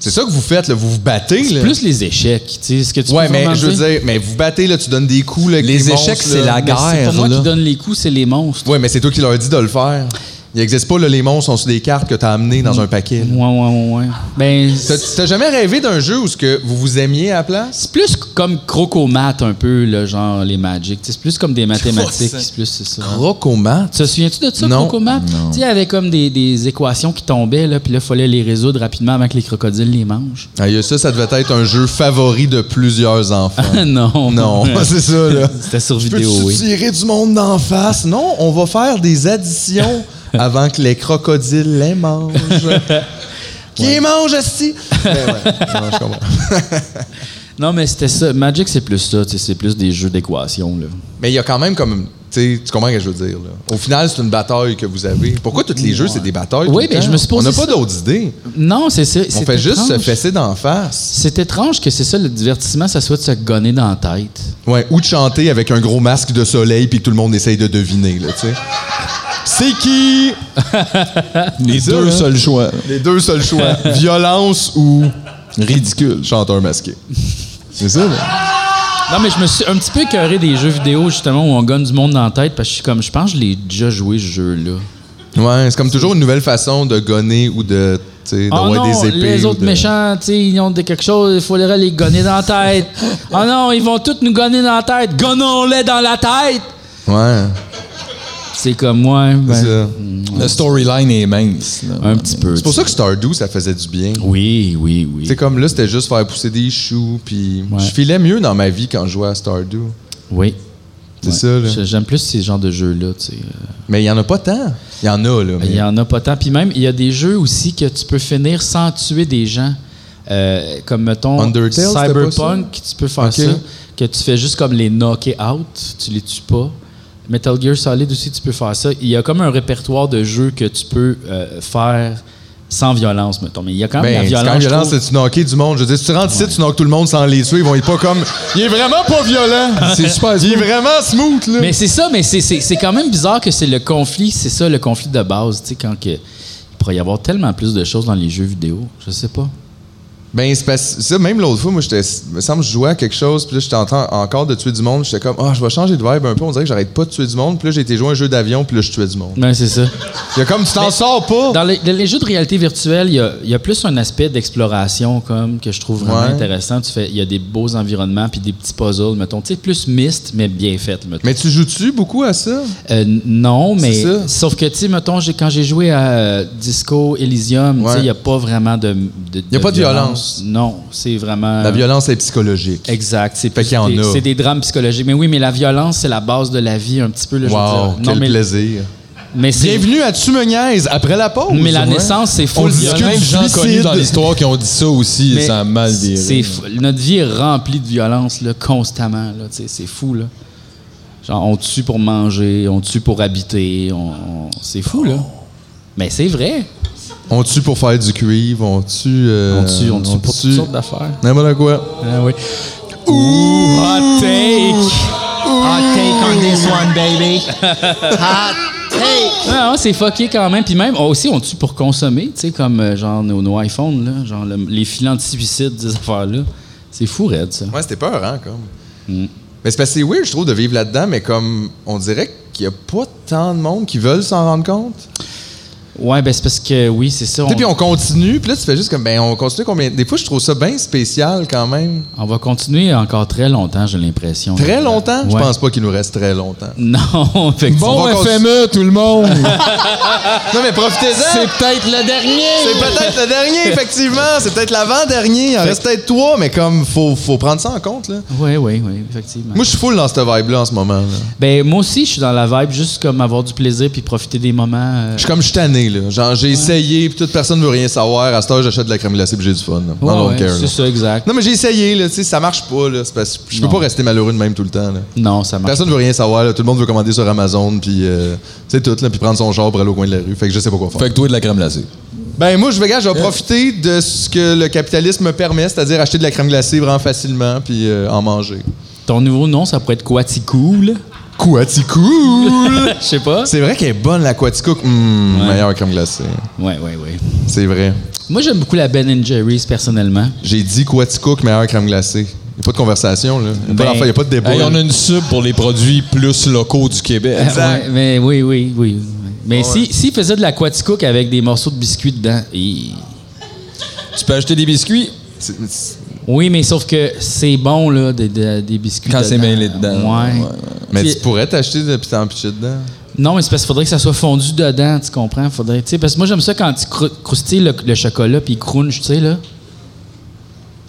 C'est ça que vous faites, là. Vous vous battez, là. Plus les échecs, tu sais, ce que tu ouais, peux mais vraiment je veux dire, mais vous battez, là, tu donnes des coups, là, avec Les des échecs, monstres, c'est là. la Mais C'est pas guerre, moi là. qui donne les coups, c'est les monstres. Ouais, mais c'est toi qui leur dis de le faire. Il n'existe pas, là, les monstres sont sur des cartes que t'as amenées dans un paquet. là. Ouais, ouais, ouais, ouais. Ben, T'as- c'est T'as jamais rêvé d'un jeu où ce que vous vous aimiez à la place? c'est plus comme crocomat un peu, là, genre les Magic. Tu sais, C'est plus comme des mathématiques. c'est plus c'est ça. Crocomat? Tu te souviens-tu de ça, Non. crocomat? Tu sais, il y avait comme des, des équations qui tombaient, là, puis là, il fallait les résoudre rapidement avant que les crocodiles les mangent. Aïe, ça, ça devait être un jeu favori de plusieurs enfants. non. non, c'est ça, là. C'était sur Je vidéo, peux-tu oui. tirer du monde d'en face? Non, on va faire des additions avant que les crocodiles les mangent. Qui les mange, esti? Mais ouais, non, je comprends. Non, mais c'était ça. Magic, c'est plus ça. tu sais, C'est plus des jeux d'équations. là. Mais il y a quand même comme... tu sais, tu comprends ce que je veux dire. là. Au final, c'est une bataille que vous avez. Pourquoi tous les jeux, c'est des batailles? Oui, tout le mais je temps? me suis posé On n'a pas ça. d'autres idées. Non, c'est ça. On c'est fait juste se étrange. fesser d'en face. C'est étrange que c'est ça, le divertissement, ça soit de se gonner dans la tête. Ouais, ou de chanter avec un gros masque de soleil puis que tout le monde essaye de deviner. Là, tu sais. c'est qui? Les Ça, hein? deux là. seuls choix. Les deux seuls choix. Violence ou ridicule. Chanteur masqué. C'est ça, là? Non, mais je me suis un petit peu écœuré des jeux vidéo, justement, où on gagne du monde dans la tête, parce que je suis comme, je pense que je l'ai déjà joué, ce jeu-là. Ouais, c'est comme toujours une nouvelle façon de gonner ou de. tu sais, Oh d'avoir non, Ah des épées. les ou autres de- méchants, tu sais, ils ont de quelque chose, il faudrait les gonner dans la tête. oh non, ils vont tous nous gonner dans la tête. Gonnons-les dans la tête! Ouais. C'est comme moi, ben, C'est ça. Le storyline est mince. là. un petit peu. C'est pour ça que Stardew, ça faisait du bien. Oui, oui, oui. C'est comme là, c'était juste faire pousser des choux, puis Ouais. je filais mieux dans ma vie quand je jouais à Stardew. Oui. C'est ça, là. Je- J'aime plus ces genres de jeux-là, tu sais. euh. Mais il y en a pas tant. Il y en a, là. mais- Il y en a pas tant. Puis même, il y a des jeux aussi que tu peux finir sans tuer des gens. Euh, comme, mettons, Undertale, c'était pas Cyberpunk, tu peux faire Ok. ça. Que tu fais juste comme les knock out, tu les tues pas. Metal Gear Solid aussi, tu peux faire ça. Il y a comme un répertoire de jeux que tu peux euh, faire sans violence, mettons. Mais il y a quand même Ben, la c'est violence. quand même je violent, trouve. c'est tu knocker du monde. Je veux dire, si tu rentres ici, tu knockes tout le monde sans les tuer, ils vont être pas comme. Il est vraiment pas violent. C'est super. Il est vraiment smooth, là. Mais c'est ça, mais c'est- c'est c'est quand même bizarre que c'est le conflit, c'est ça le conflit de base, tu sais, quand que, il pourrait y avoir tellement plus de choses dans les jeux vidéo. Je sais pas. Ben, c'est parce que ça, même l'autre fois, moi, j'étais. me semble que je jouais à quelque chose, puis là, j'étais en train encore de tuer du monde. J'étais comme, ah, je vais changer de vibe un peu. On dirait que j'arrête pas de tuer du monde. Puis là, j'ai été jouer à un jeu d'avion, puis là, je tuais du monde. Ben, c'est ça. Il y a comme, tu t'en sors pas. Dans les, dans les jeux de réalité virtuelle, il y a, il y a plus un aspect d'exploration comme que je trouve vraiment Ouais. intéressant. Tu fais, il y a des beaux environnements puis des petits puzzles, mettons. Tu sais, plus mist, mais bien fait, mettons. Mais tu joues-tu beaucoup à ça? Euh, non, mais C'est ça. sauf que, tu sais, mettons, j'ai- quand j'ai joué à euh, Disco Elysium, tu sais, Ouais. il n'y a pas vraiment de. Il Y a pas de violence. Non, c'est vraiment. La violence est psychologique. Euh, Exact. C'est Fait plus qu'il y en des- a. c'est des drames psychologiques. Mais oui, mais la violence, c'est la base de la vie, un petit peu. Là, je veux Wow, dire. Non, quel mais, plaisir. mais c'est- Bienvenue à Tu me niaises après la pause. Mais la Ouais. naissance, c'est full discute violence. Même du gens connus suicide. dans l'histoire qui ont dit ça aussi, Mais ça a mal c'est- viré. c'est fou- notre vie est remplie de violence là, constamment. Là, tu sais, c'est fou. Là. Genre, on tue pour manger, on tue pour habiter. On, on- c'est fou, là. Mais c'est vrai. On tue pour faire du cuivre, on tue. euh, On tue, on tue pour toutes sortes d'affaires. N'importe quoi. Ah oui. Ouh, hot take! Hot take on this one, baby! Hot take! Non, non, c'est fucké quand même. Puis même, aussi, on tue pour consommer, tu sais, comme euh, genre nos, nos iPhones, là, genre le- les filets anti-suicide, ces affaires-là. C'est fou, raide, ça. Ouais, c'était peur, hein, comme. Mm. Mais c'est parce que c'est weird, je trouve, de vivre là-dedans, mais comme, on dirait qu'il n'y a pas tant de monde qui veulent s'en rendre compte. Ouais, ben c'est parce que oui, c'est ça. Tu sais, puis On, on continue, puis là, tu fais juste comme, ben, on continue combien. Des fois, je trouve ça bien spécial quand même. on va continuer encore très longtemps, j'ai l'impression. Très longtemps? Je Ouais. pense euh, pas qu'il nous reste très longtemps. Non, effectivement. On Bon va FME, tout le monde! Non, mais profitez-en! C'est peut-être le C'est dernier! peut-être le dernier, effectivement. C'est peut-être l'avant-dernier. Il en reste peut-être trois, mais comme, faut, faut prendre ça en compte, là. Oui, oui, oui, effectivement. Moi, je suis full dans cette vibe-là en ce moment. là. ben, moi aussi, je suis dans la vibe, juste comme avoir du plaisir puis profiter des moments. euh, Je suis comme, je suis tanné, là. Genre, j'ai essayé, puis toute personne veut rien savoir. À cette heure, j'achète de la crème glacée, puis j'ai du fun. là. ouais, non, ouais, don't care, là. c'est ça, exact. Non, mais j'ai essayé, là. Tu sais, ça marche pas, là. C'est parce que je peux Non. pas rester malheureux de même tout le temps, là. Non, ça marche. Personne veut rien savoir, là. Tout le monde veut commander sur Amazon, puis euh, c'est tout, là. Puis prendre son char pour aller au coin de la rue. Fait que je sais pas quoi faire. Fait que toi, de la crème glacée. Ben, moi, je vais, gars, je vais profiter de ce que le capitalisme me permet, c'est-à-dire acheter de la crème glacée vraiment facilement, puis euh, en manger. Ton nouveau nom, ça pourrait être Quaticool. Quaticool! Je sais pas. c'est vrai qu'elle est bonne, la Quaticook. Hum, meilleure crème glacée. Ouais, ouais, ouais. C'est vrai. Moi, j'aime beaucoup la Ben Jerry's personnellement. J'ai dit Quaticook, meilleure crème glacée. Il a pas de conversation, là. Il n'y Ben, a, pas de débat. Hey, on a une sub pour les produits plus locaux du Québec. Ouais, mais oui, oui, oui. oui. Mais si s'il faisait de la Quaticook avec des morceaux de biscuits dedans, hi. Tu peux acheter des biscuits? C'est- c'est- oui, mais sauf que c'est bon là, des, des- des biscuits Quand dedans. c'est mêlé dedans. Ouais. Ouais, ouais. Mais Puis- tu pourrais t'acheter de puis t'en pitcher dedans. Non, mais c'est parce qu'il faudrait que ça soit fondu dedans, tu comprends? Faudrait, tu sais, parce que moi, j'aime ça quand tu crou- croustilles le, le chocolat puis il crunch, tu sais, là.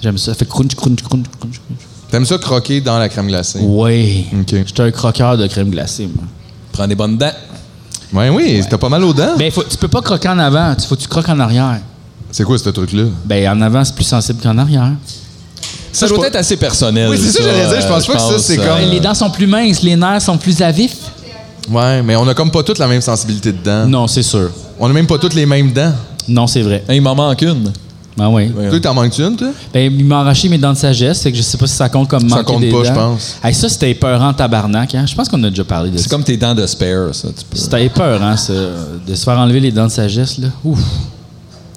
J'aime ça. Fait crunch, crunch, crunch, crunch, crunch. T'aimes ça croquer dans la crème glacée? Oui. OK. J'étais un croqueur de crème glacée, moi. Prends des bonnes dents. Ben oui, t'as pas mal aux dents. Ben, faut, tu peux pas croquer en avant, tu faut que tu croques en arrière. C'est quoi ce truc-là? Ben, en avant, c'est plus sensible qu'en arrière. Ça doit être assez personnel. Oui, c'est ça, j'allais dire, je pense pas que ça, c'est euh, comme- Ben, les dents sont plus minces, les nerfs sont plus à vif. Ouais, mais on a comme pas toutes la même sensibilité de dents. Non, c'est sûr. On a même pas toutes les mêmes dents. Non, c'est vrai. Hey, il m'en manque une. Ben oui. Toi, t'en manques une, toi? Ben, il m'a arraché mes dents de sagesse, fait que je sais pas si ça compte comme Ça manquer compte des pas, dents. je pense. Hey, ça, c'était épeurant tabarnak, hein? Je pense qu'on a déjà parlé de ça. C'est comme tes dents de spare, ça. Tu peux... C'était peur, hein, ce- de se faire enlever les dents de sagesse, là. Ouf.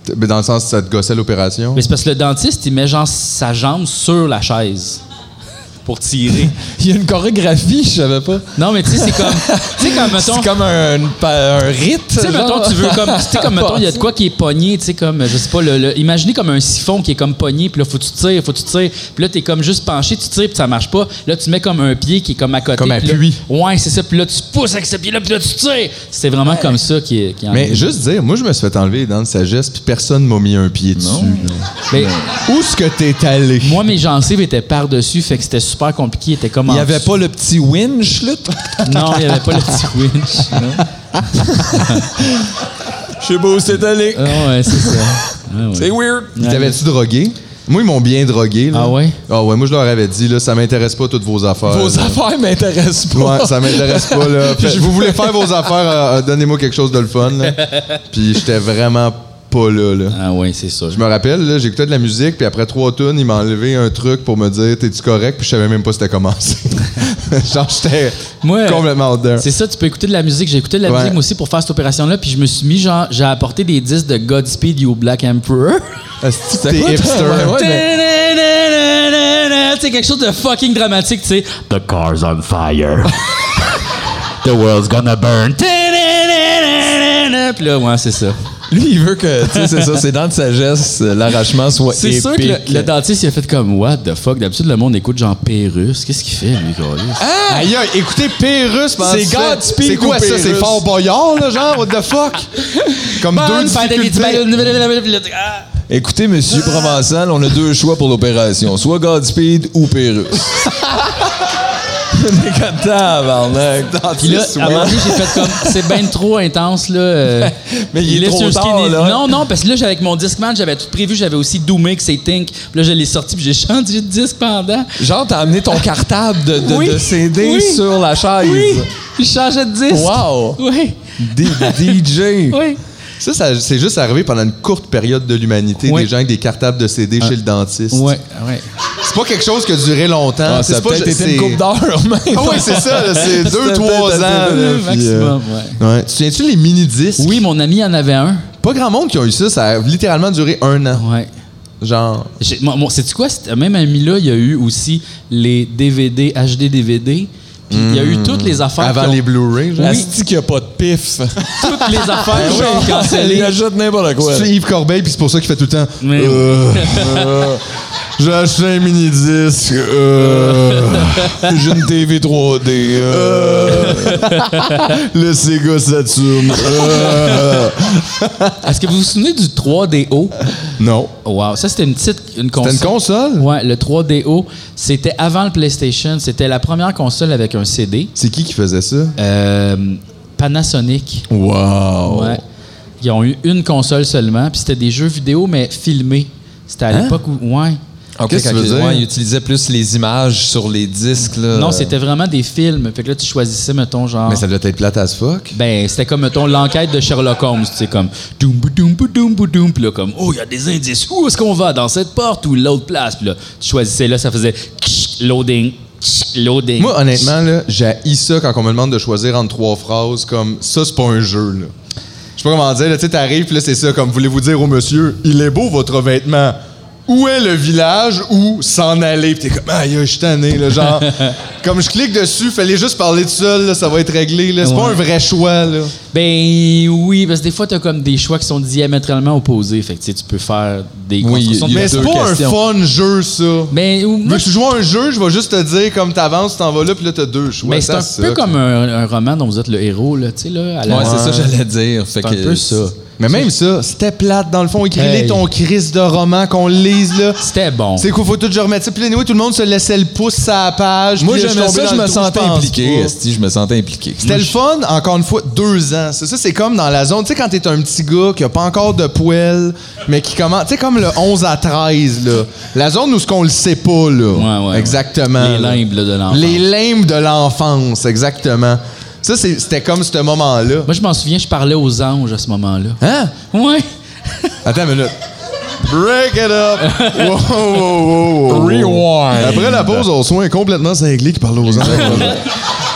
T- ben, Dans le sens, ça te gossait l'opération. Mais c'est parce que le dentiste, il met genre sa jambe sur la chaise pour tirer. Il y a une chorégraphie, je savais pas. non, mais tu sais, c'est comme. Tu sais, comme, mettons. C'est comme un, une pa- un rite. Tu sais, mettons, tu veux comme. Tu sais, comme, mettons, il y a de quoi qui est pogné, tu sais, comme, je sais pas, le, le- imaginez comme un siphon qui est comme pogné, puis là, faut que tu tires, faut que tu tires. Puis là, t'es comme juste penché, tu tires, puis ça marche pas. Là, tu mets comme un pied qui est comme à côté. Comme puis là- appui. Ouais, c'est ça. Puis là, tu pousses avec ce pied-là, puis là, tu tires. C'est vraiment comme ça qui est. qui est Mais enlevé. juste dire, moi, je me suis fait enlever les dents de sagesse, puis personne m'a mis un pied dessus. là. Mais Où est-ce que t'es allé? moi, mes gencives étaient par-dessus, fait que c'était super compliqué. Ils étaient comme Il en n'y avait dessous. pas le petit winch, là. Non, il n'y avait pas le petit winch. Je sais pas où c'est allé. Ah ouais, c'est ça. Ah ouais. C'est weird. Ils t'avaient-tu drogué? Moi, ils m'ont bien drogué. là. Ah ouais? Ah ouais, moi, je leur avais dit, là, ça m'intéresse pas toutes vos affaires. Vos là. affaires m'intéressent pas. Ouais, ça m'intéresse pas, là. Fait- vous voulez faire vos affaires, euh, euh, donnez-moi quelque chose de le fun, là. Puis j'étais vraiment pas là, là. Ah ouais, c'est ça. Je me rappelle, là, j'écoutais de la musique, puis après trois tunes, il m'a enlevé un truc pour me dire T'es-tu correct? Puis je savais même pas c'était commencé. Genre, j'étais Moi, complètement out there. C'est ça, tu peux écouter de la musique. J'ai écouté de la Ouais. musique moi aussi pour faire cette opération-là, puis je me suis mis, genre, j'ai apporté des disques de Godspeed You Black Emperor. Asti que C'était t'es quoi, toi? hipster. Ouais, ouais. C'est quelque chose de fucking dramatique, tu sais. The car's on fire. The world's gonna burn. Puis là, ouais, c'est ça. Lui, il veut que, tu sais, c'est ça, c'est dans de sagesse, euh, l'arrachement soit C'est épique. sûr que le, le dentiste, il a fait comme What the fuck? D'habitude, le monde écoute genre Pérus. Qu'est-ce qu'il fait, lui, Carlis? Aïe, aïe, écoutez Pérus, pendant C'est que tu fais- Godspeed C'est quoi ou ça? Pérus? C'est Fort Boyard, là, genre? What the fuck? Comme deux difficultés. Écoutez, monsieur Provençal, on a deux choix pour l'opération. Soit Godspeed ou Pérus. Mais comme tabarnak. Puis là, à un moment donné, j'ai fait comme c'est bien trop intense là. euh, Mais il est Laisse trop your tard, skinny- là. Non, non, parce que là, j'ai- avec mon Discman, j'avais tout prévu, j'avais aussi Doomix et Think. Puis là, je l'ai sorti, puis j'ai changé de disque pendant. Genre, t'as amené ton cartable de, de- Oui. de CD Oui. sur la chaise. Oui, je changeais de disque. Wow! Oui, D- DJ! oui. Ça, ça- c'est juste arrivé pendant une courte période de l'humanité, Ouais. des gens avec des cartables de CD chez le dentiste. Ouais, ouais. C'est pas quelque chose qui a duré longtemps. Ah, C'est ça a pas- peut-être été c'est- une coupe d'heure, même. Ah oui, c'est ça, là, c'est deux, C'était trois ans. peut-être un là, peu puis, Euh, maximum, euh, ouais. Tu tiens-tu les mini-disques? Oui, mon ami en avait un. Pas grand monde qui a eu ça, ça a littéralement duré un an. Ouais. Genre. J'ai- Mon, mon- sais-tu quoi? Cet Même ami-là, il y a eu aussi les DVD, HD-DVD. Puis il y a eu toutes les affaires. Avant qui ont- les Blu-ray, genre. Asti qu'il n'y a pas de pif. Toutes les affaires qui ont Genre, été Il cancellées. achète n'importe quoi. C'est Yves Corbeil, puis c'est pour ça qu'il fait tout le temps. Mais oui. Euh, euh, J'ai acheté un mini-disque. euh, J'ai une TV 3D. euh. le Sega Saturn. euh. Est-ce que vous vous souvenez du 3DO? Non. Oh, Wow, ça c'était une petite une console. C'était une console? Ouais, le 3DO, c'était avant le PlayStation, c'était la première console avec un CD. C'est qui qui faisait ça? Euh, Panasonic. Wow! Ouais. Ils ont eu une console seulement, puis c'était des jeux vidéo mais filmés. C'était à Hein? l'époque où ouais. Ok, Qu'est-ce que quand tu veux il- dire? ouais, il utilisait plus les images sur les disques. Là. Non, c'était vraiment des films. Fait que là tu choisissais mettons genre Euh. Mais ça doit être plate as fuck. Ben, c'était comme, mettons, l'enquête de Sherlock Holmes. Tu sais, comme, doum, bou, doum, bou, doum, bou, doum. Puis là, comme, oh, il y a des indices. Où est-ce qu'on va? Dans cette porte ou l'autre place? Puis là, tu choisissais, là, ça faisait ksh, loading, ksh, loading. Moi, honnêtement, là, j'ai ça quand on me demande de choisir entre trois phrases comme ça, c'est pas un jeu, là. Je sais pas comment dire, là, tu sais, t'arrives, puis là, c'est ça, comme voulez-vous dire au monsieur, il est beau votre vêtement. Où est le village où s'en aller? Puis t'es comme, aïe, je suis tanné, là, genre. comme je clique dessus, fallait juste parler tout seul, là, ça va être réglé, là. C'est pas Ouais. un vrai choix, là. Ben, oui, parce que des fois, t'as comme des choix qui sont diamétralement opposés. Fait que, tu sais, tu peux faire des constructions Il y a Mais de... c'est deux pas questions. un fun jeu, ça. Ben, ou- moi, Veux que tu joues à un jeu, je vais juste te dire comme t'avances, tu t'en vas là, puis là, t'as deux choix. ben, c'est Ça, un ça, peu comme un, un roman dont vous êtes le héros, là, tu sais, là. à la- Ouais, c'est ça que j'allais dire. Fait C'est un que- peu ça. Mais même ça, c'était plate dans le fond. Écris-les Hey. ton crise de roman qu'on lise là. C'était bon. C'est quoi, faut tout que je remette ça. Puis là, anyway, tout le monde se laissait le pouce à la page. Moi, puis là, suis j'aimais tombé ça, dans je le me trou, sentais pense impliqué. pas. Esti, je me sentais impliqué. C'était le fun, encore une fois, deux ans. C'est ça, c'est comme dans la zone. Tu sais, quand t'es un petit gars qui a pas encore de poêle, mais qui commence. Tu sais, comme le 11 à 13, là. La zone où ce qu'on le sait pas, là. Ouais, ouais, ouais. Exactement. Les là. limbes, là, de l'enfance. Les limbes de l'enfance, exactement. Ça, c'est- c'était comme ce moment-là. Moi, je m'en souviens, je parlais aux anges à ce moment-là. Hein? Ouais. Attends une minute. Break it up! Wow, wow, wow, wow. Rewind. Après la pause, on soin complètement cinglé qui parle aux anges.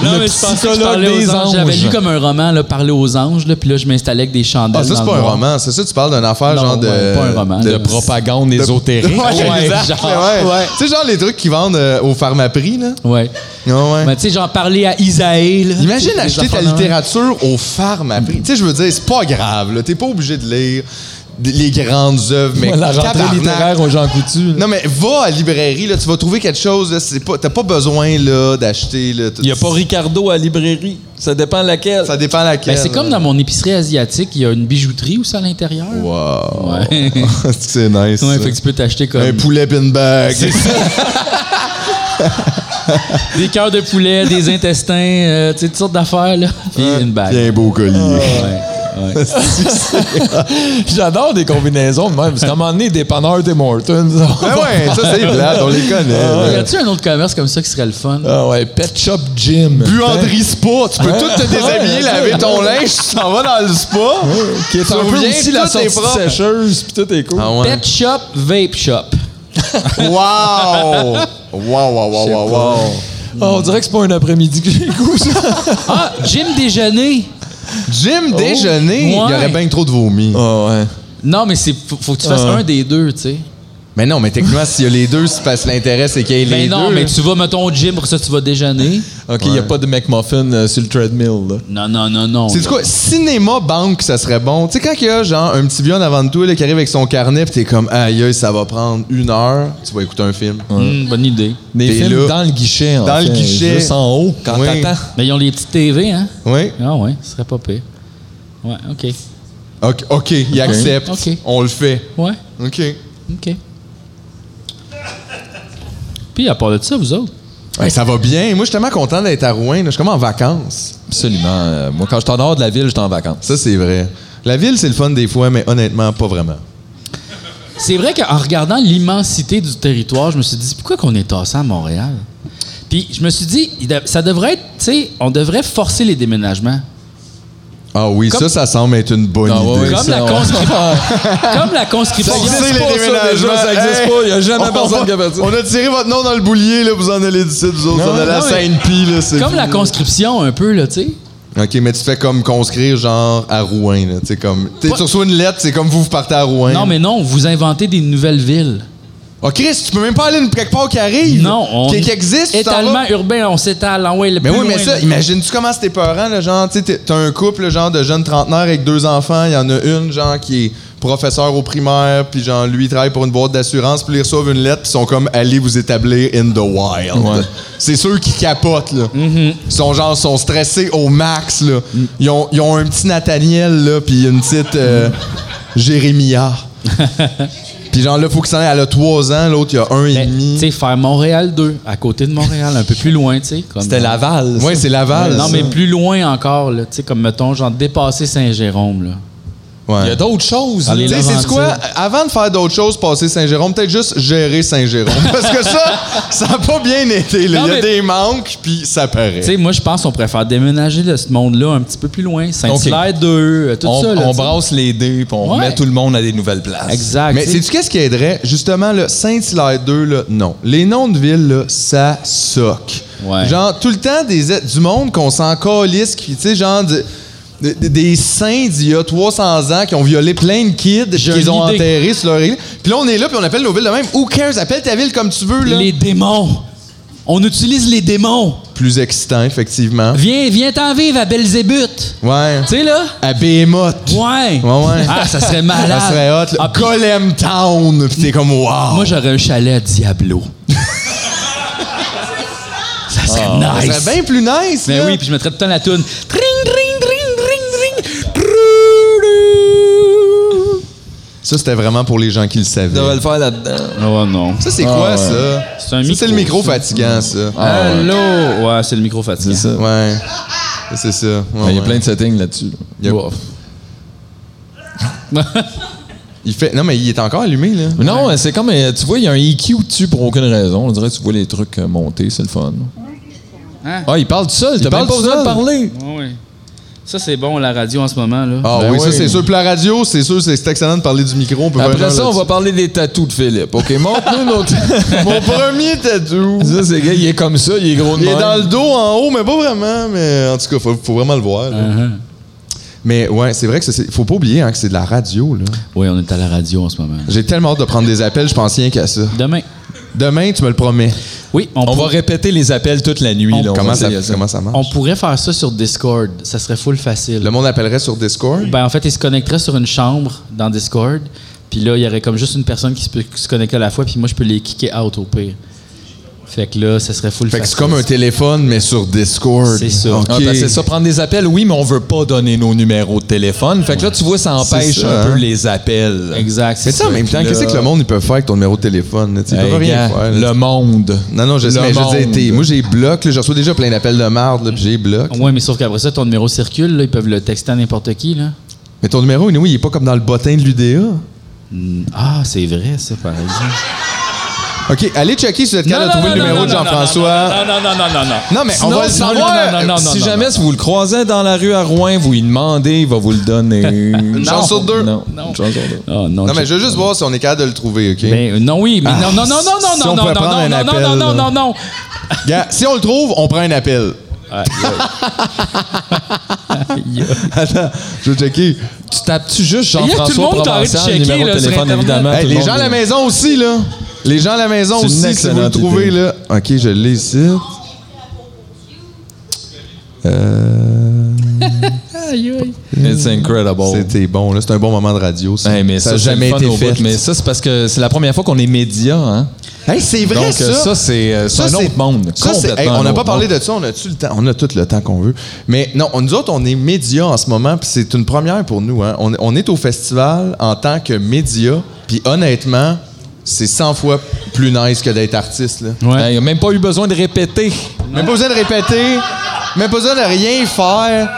Non, Le mais je pensais que je psychologue parlais des aux anges. J'avais anges. lu comme un roman, là, parler aux anges, là, puis là, je m'installais avec des chandelles. Ah, ça, dans c'est le pas un noir. roman. C'est ça, tu parles d'une affaire Non, genre de. ouais, pas un roman. de propagande ésotérique. Ouais, Ouais, exact, genre, ouais. Tu sais, genre les trucs qu'ils vendent euh, au pharmaprix, là. Ouais. Ouais, ouais. Mais tu sais, j'en parlais à Isaïe. là. Imagine Les acheter ta affaires- hein. littérature au pharmaprix. Tu sais, je veux dire, c'est pas grave, là. T'es pas obligé de lire d- les grandes œuvres, mais. la rentrée tabarnak. littéraire aux gens coutus. Non, mais va à la librairie, là, tu vas trouver quelque chose. là, c'est pas- T'as pas besoin là, d'acheter. là, tout- Il n'y a pas Ricardo à librairie. Ça dépend laquelle. Ça dépend laquelle. Ben, c'est comme dans mon épicerie asiatique, il y a une bijouterie aussi à l'intérieur. Wow. Ouais. Est-ce que c'est nice. Ouais, ça? fait que tu peux t'acheter comme Un poulet pinbag. des cœurs de poulet, des intestins, euh, tu sais, toutes sortes d'affaires, là. Puis une Puis bague. un beau collier. Ouais. ouais. J'adore des combinaisons de même. Parce qu'à un moment donné, dépanneur des Mortons. Ah ouais, ça c'est plate, on les connaît. Y là. a-tu un autre commerce comme ça qui serait le fun? Ah ouais, Pet Shop Gym. Ben, Buanderie spa, tu peux tout te déshabiller, laver ton linge, tu t'en vas dans le spa. Qui est Tu un peu reviens, aussi la tout est sortie propre. sécheuse, puis tout est cool. Ah Pet shop, vape shop. Wow! Wow, wow, wow, wow, wow. Ah, on dirait que c'est pas un après-midi que j'ai le goût, ça. Ah, gym déjeuner. Jim déjeuner, il y Ouais. aurait bien que trop de vomi. Ah ouais. Non, mais c'est faut, faut que tu fasses Ah. un des deux, tu sais. Mais non, mais techniquement, s'il y a les deux, c'est parce que l'intérêt, c'est qu'il y ait Mais les Ben non, deux. mais tu vas, mettons, au gym, pour ça, tu vas déjeuner. OK, il n'y a pas de McMuffin euh, sur le treadmill, là. Non, non, non, non. C'est du quoi? Cinéma banque, ça serait bon. Tu sais, quand il y a genre un petit vieux en avant de toi là, qui arrive avec son carnet, pis t'es comme, aïe, aïe, ça va prendre une heure, tu vas écouter un film. Hmm, bonne idée. Des T'es films là. dans le guichet, en Dans le fait, guichet. Juste en haut, quand Oui. t'attends. Mais Ben, ils ont les petites TV, hein? Oui? Ah ouais, ce serait pas pire. Ouais, OK. Ok, ok, il accepte. Ok. On le fait. Ouais, Ok. OK. Puis, à part de ça, vous autres? Ouais, ça va bien. Moi, je suis tellement content d'être à Rouen. là. Je suis comme en vacances. Absolument. Euh, Moi, quand je suis en dehors de la ville, je suis en vacances. Ça, c'est vrai. La ville, c'est le fun des fois, mais honnêtement, pas vraiment. C'est vrai qu'en regardant l'immensité du territoire, je me suis dit, pourquoi qu'on est tassé à Montréal? Puis, je me suis dit, il de- ça devrait être, tu sais, on devrait forcer les déménagements. Ah oui, Comme- ça, ça semble être une bonne Ah ouais, idée. ouais, Comme ça, la on- Comme la conscription. Ça existe, les pas, ça, déménagements. déjà, ça existe Hey! pas. Il n'y a jamais On personne va- qui a fait ça. On a tiré votre nom dans le boulier, là, vous en allez d'ici, vous autres. Non, on a la non, mais- scène pie, là. c'est Comme la fini. conscription, un peu, là, tu sais. OK, mais tu fais comme conscrire, genre, à Rouen, là. Tu sais, comme. t'sais, Tu reçois une lettre, c'est comme vous, vous partez à Rouen. Non, mais non, vous inventez des nouvelles villes. Oh, Chris, tu peux même pas aller une quelque part qui arrive. Non, on. Qui, qui existe, tu t'en vas. Étalement urbain, on s'étale. en ouais, le Mais plus oui, mais loin, ça, là. imagine-tu comment c'était peurant, là, genre, tu sais, t'es- t'as un couple, genre, de jeunes trentenaires avec deux enfants, il y en a une, genre, qui est professeur au primaire, puis genre, lui, il travaille pour une boîte d'assurance, puis ils reçoivent une lettre, puis ils sont comme, allez vous établir in the wild. C'est ceux qui capotent, là. Mm-hmm. Ils sont, genre, sont stressés au max, là. Mm. Ils, ont, ils ont un petit Nathaniel, là, puis une petite euh, Jérémia. puis genre, là, faut qu'il s'en aille, elle a trois ans, l'autre, il y a un et Ben, Tu demi. sais, faire Montréal 2, à côté de Montréal, un peu plus loin, tu sais. comme- C'était Laval. Ouais, c'est Laval. Non, ça. mais plus loin encore, là. Tu sais, comme mettons, genre dépasser Saint-Jérôme, là. Ouais. Il y a d'autres choses. Allez, là. Tu sais, c'est quoi? Avant de faire d'autres choses, passer Saint-Jérôme, peut-être juste gérer Saint-Jérôme. Parce que ça, ça n'a pas bien été. là. Non, Il y a mais- des manques, puis ça paraît. Tu sais, moi, je pense qu'on préfère déménager de ce monde-là un petit peu plus loin. Saint-Hilaire 2, euh, tout On, ça, là. on tu sais. brasse les dés, puis on Ouais. remet tout le monde à des nouvelles places. Exact. mais tu sais. sais-tu qu'est-ce qui aiderait? Justement, le Saint-Hilaire 2, là, non. Les noms de villes, là, ça soque. Ouais. Genre, tout le temps, des, du monde qu'on s'en calisse, qui, tu sais, genre... du- des- des saints d'il y a 300 ans qui ont violé plein de kids J'ai qu'ils ont une idée. enterrés sur leur île. Puis là, on est là, puis on appelle nos villes de même. Who cares? Appelle ta ville comme tu veux, là. Les démons. On utilise les démons. Plus excitant, effectivement. Viens, viens t'en vivre à Belzébuth. Ouais. Tu sais, là? À Behemoth. Ouais. ouais. Ah, ça serait malade. Ça serait hot. là. Ah, puis Golem Town. Puis t'es comme, wow. Moi, j'aurais un chalet à Diablo. Ah. ça serait nice. ça serait bien plus nice. Ben là. oui, puis je mettrais tout le temps la toune. Tring, tring, tring, tring, tring. Trou-rou. Ça, c'était vraiment pour les gens qui le savaient. On devrait le faire là-dedans. Oh non. Ça, c'est quoi, Ah, ouais. Ah. ça? C'est un Ça, micro, le micro ça. fatigant, ça. Allô? Ah Ouais, c'est le micro fatigué. C'est ça. Ouais. Ça, C'est ça. Ouais, Ben, Il y a ouais. plein de settings là-dessus. Yep. Bof. Il fait... Non, mais il est encore allumé, là. Mais Non, c'est comme, euh, tu vois, il y a un EQ dessus pour aucune raison. On dirait que tu vois les trucs euh, monter, c'est le fun. Hein? Ah, il parle tout seul, t'as parle même pas tout besoin de seul. parler. Ah Ça, c'est bon, la radio en ce moment, là. Ah Ben oui, ça, oui. c'est sûr. Puis la radio, c'est sûr, c'est c'est excellent de parler du micro. On peut faire Après genre ça, on va là-dessus. parler des tatous de Philippe. OK, montre-nous nos tatous. Mon premier tatou. Ça, c'est gars, il est comme ça, il est gros de Il est même. dans le dos en haut, mais pas vraiment. Mais en tout cas, faut, faut vraiment le voir. là. Uh-huh. Mais ouais, c'est vrai que ça, c'est- faut pas oublier hein, que c'est de la radio. là. Oui, on est à la radio en ce moment. J'ai tellement hâte de prendre des appels, je pense rien qu'à ça. Demain. Demain, tu me le promets. Oui, on, On va pour- répéter les appels toute la nuit. On- là, on comment, va ça, essayer ça. comment ça marche? on pourrait faire ça sur Discord. Ça serait full facile. Le monde appellerait sur Discord. Ben, en fait, ils se connecteraient sur une chambre dans Discord. Puis là, il y aurait comme juste une personne qui se, peut se connecter à la fois. Puis moi, je peux les kicker out au pire. Fait que là, ça serait full Fait que c'est facile. comme un téléphone, mais sur Discord. C'est ça. OK. Ah, ben, c'est ça, prendre des appels, oui, mais on veut pas donner nos numéros de téléphone. Fait que là, tu vois, ça empêche C'est ça, un hein. peu les appels. Exact. c'est Mais tu sais, en ça. même temps, Là- qu'est-ce que le monde ils peuvent faire avec ton numéro de téléphone? là, tu sais, Ils Hey, peuvent rien gars, faire. là. le monde. Non, non, je sais, Le mais je veux dire, monde. t'es- moi, j'ai bloc. là, je reçois déjà plein d'appels de marde, là, puis j'ai bloc. Ouais, mais sauf qu'après ça, ton numéro circule. Là, ils peuvent le texter à n'importe qui. Là. Mais ton numéro, anyway, il est pas comme dans le bottin de l'UDA. Ah, c'est vrai, ça, par exemple. OK, allez checker si vous êtes capable de trouver le numéro de Jean-François. Non, non, non, non, non. Non, mais on Sinon, va le si- savoir. non, non, non, si non, jamais non. si vous le croisez dans la rue à Rouen, vous lui demandez, il va vous le donner. Une chance sur deux. Non, Non. une chance sur deux. Ah, non, Non, mais je- je veux juste voir si on est capable de le trouver, OK? Ben, non, oui, mais non, non, non, non, non, si non, on non, pouvait non, prendre non, un non, appel, non, non, là. non, non. Gars, si on le trouve, on prend un appel. Attends, Je veux checker. tu tapes-tu juste Il y a tout le Jean-François monde qui a arrêté de Provençal, checker, numéro de là, sur téléphone, Internet. évidemment. Hey, tout le les monde gens à la va- maison aussi, là. Les gens à la maison C'est une aussi, si vous le excellente trouvez, idée. là. OK, je l'ai ici. Aïe, aïe. It's incredible. C'était bon, là. C'est un bon moment de radio, ça. Hey, mais ça, Oh. ça n'a c'est jamais le fun été au fait. bout, mais ça, c'est parce que c'est la première fois qu'on est média. Hein? Hey, c'est vrai, Donc, ça. euh, ça, c'est euh, c'est Ça, un c'est- autre monde. ça, c'est- complètement hey, on un n'a autre pas parlé monde. de ça, on a le temps, on a tout le temps qu'on veut. Mais non, on- nous autres, on est médias en ce moment, puis c'est une première pour nous. hein. On, on est au festival en tant que média, puis honnêtement, c'est 100 fois plus nice que d'être artiste. Là. Ouais. Hey, y Ben, a même pas eu besoin de répéter. Même pas besoin de répéter, même pas besoin de rien faire.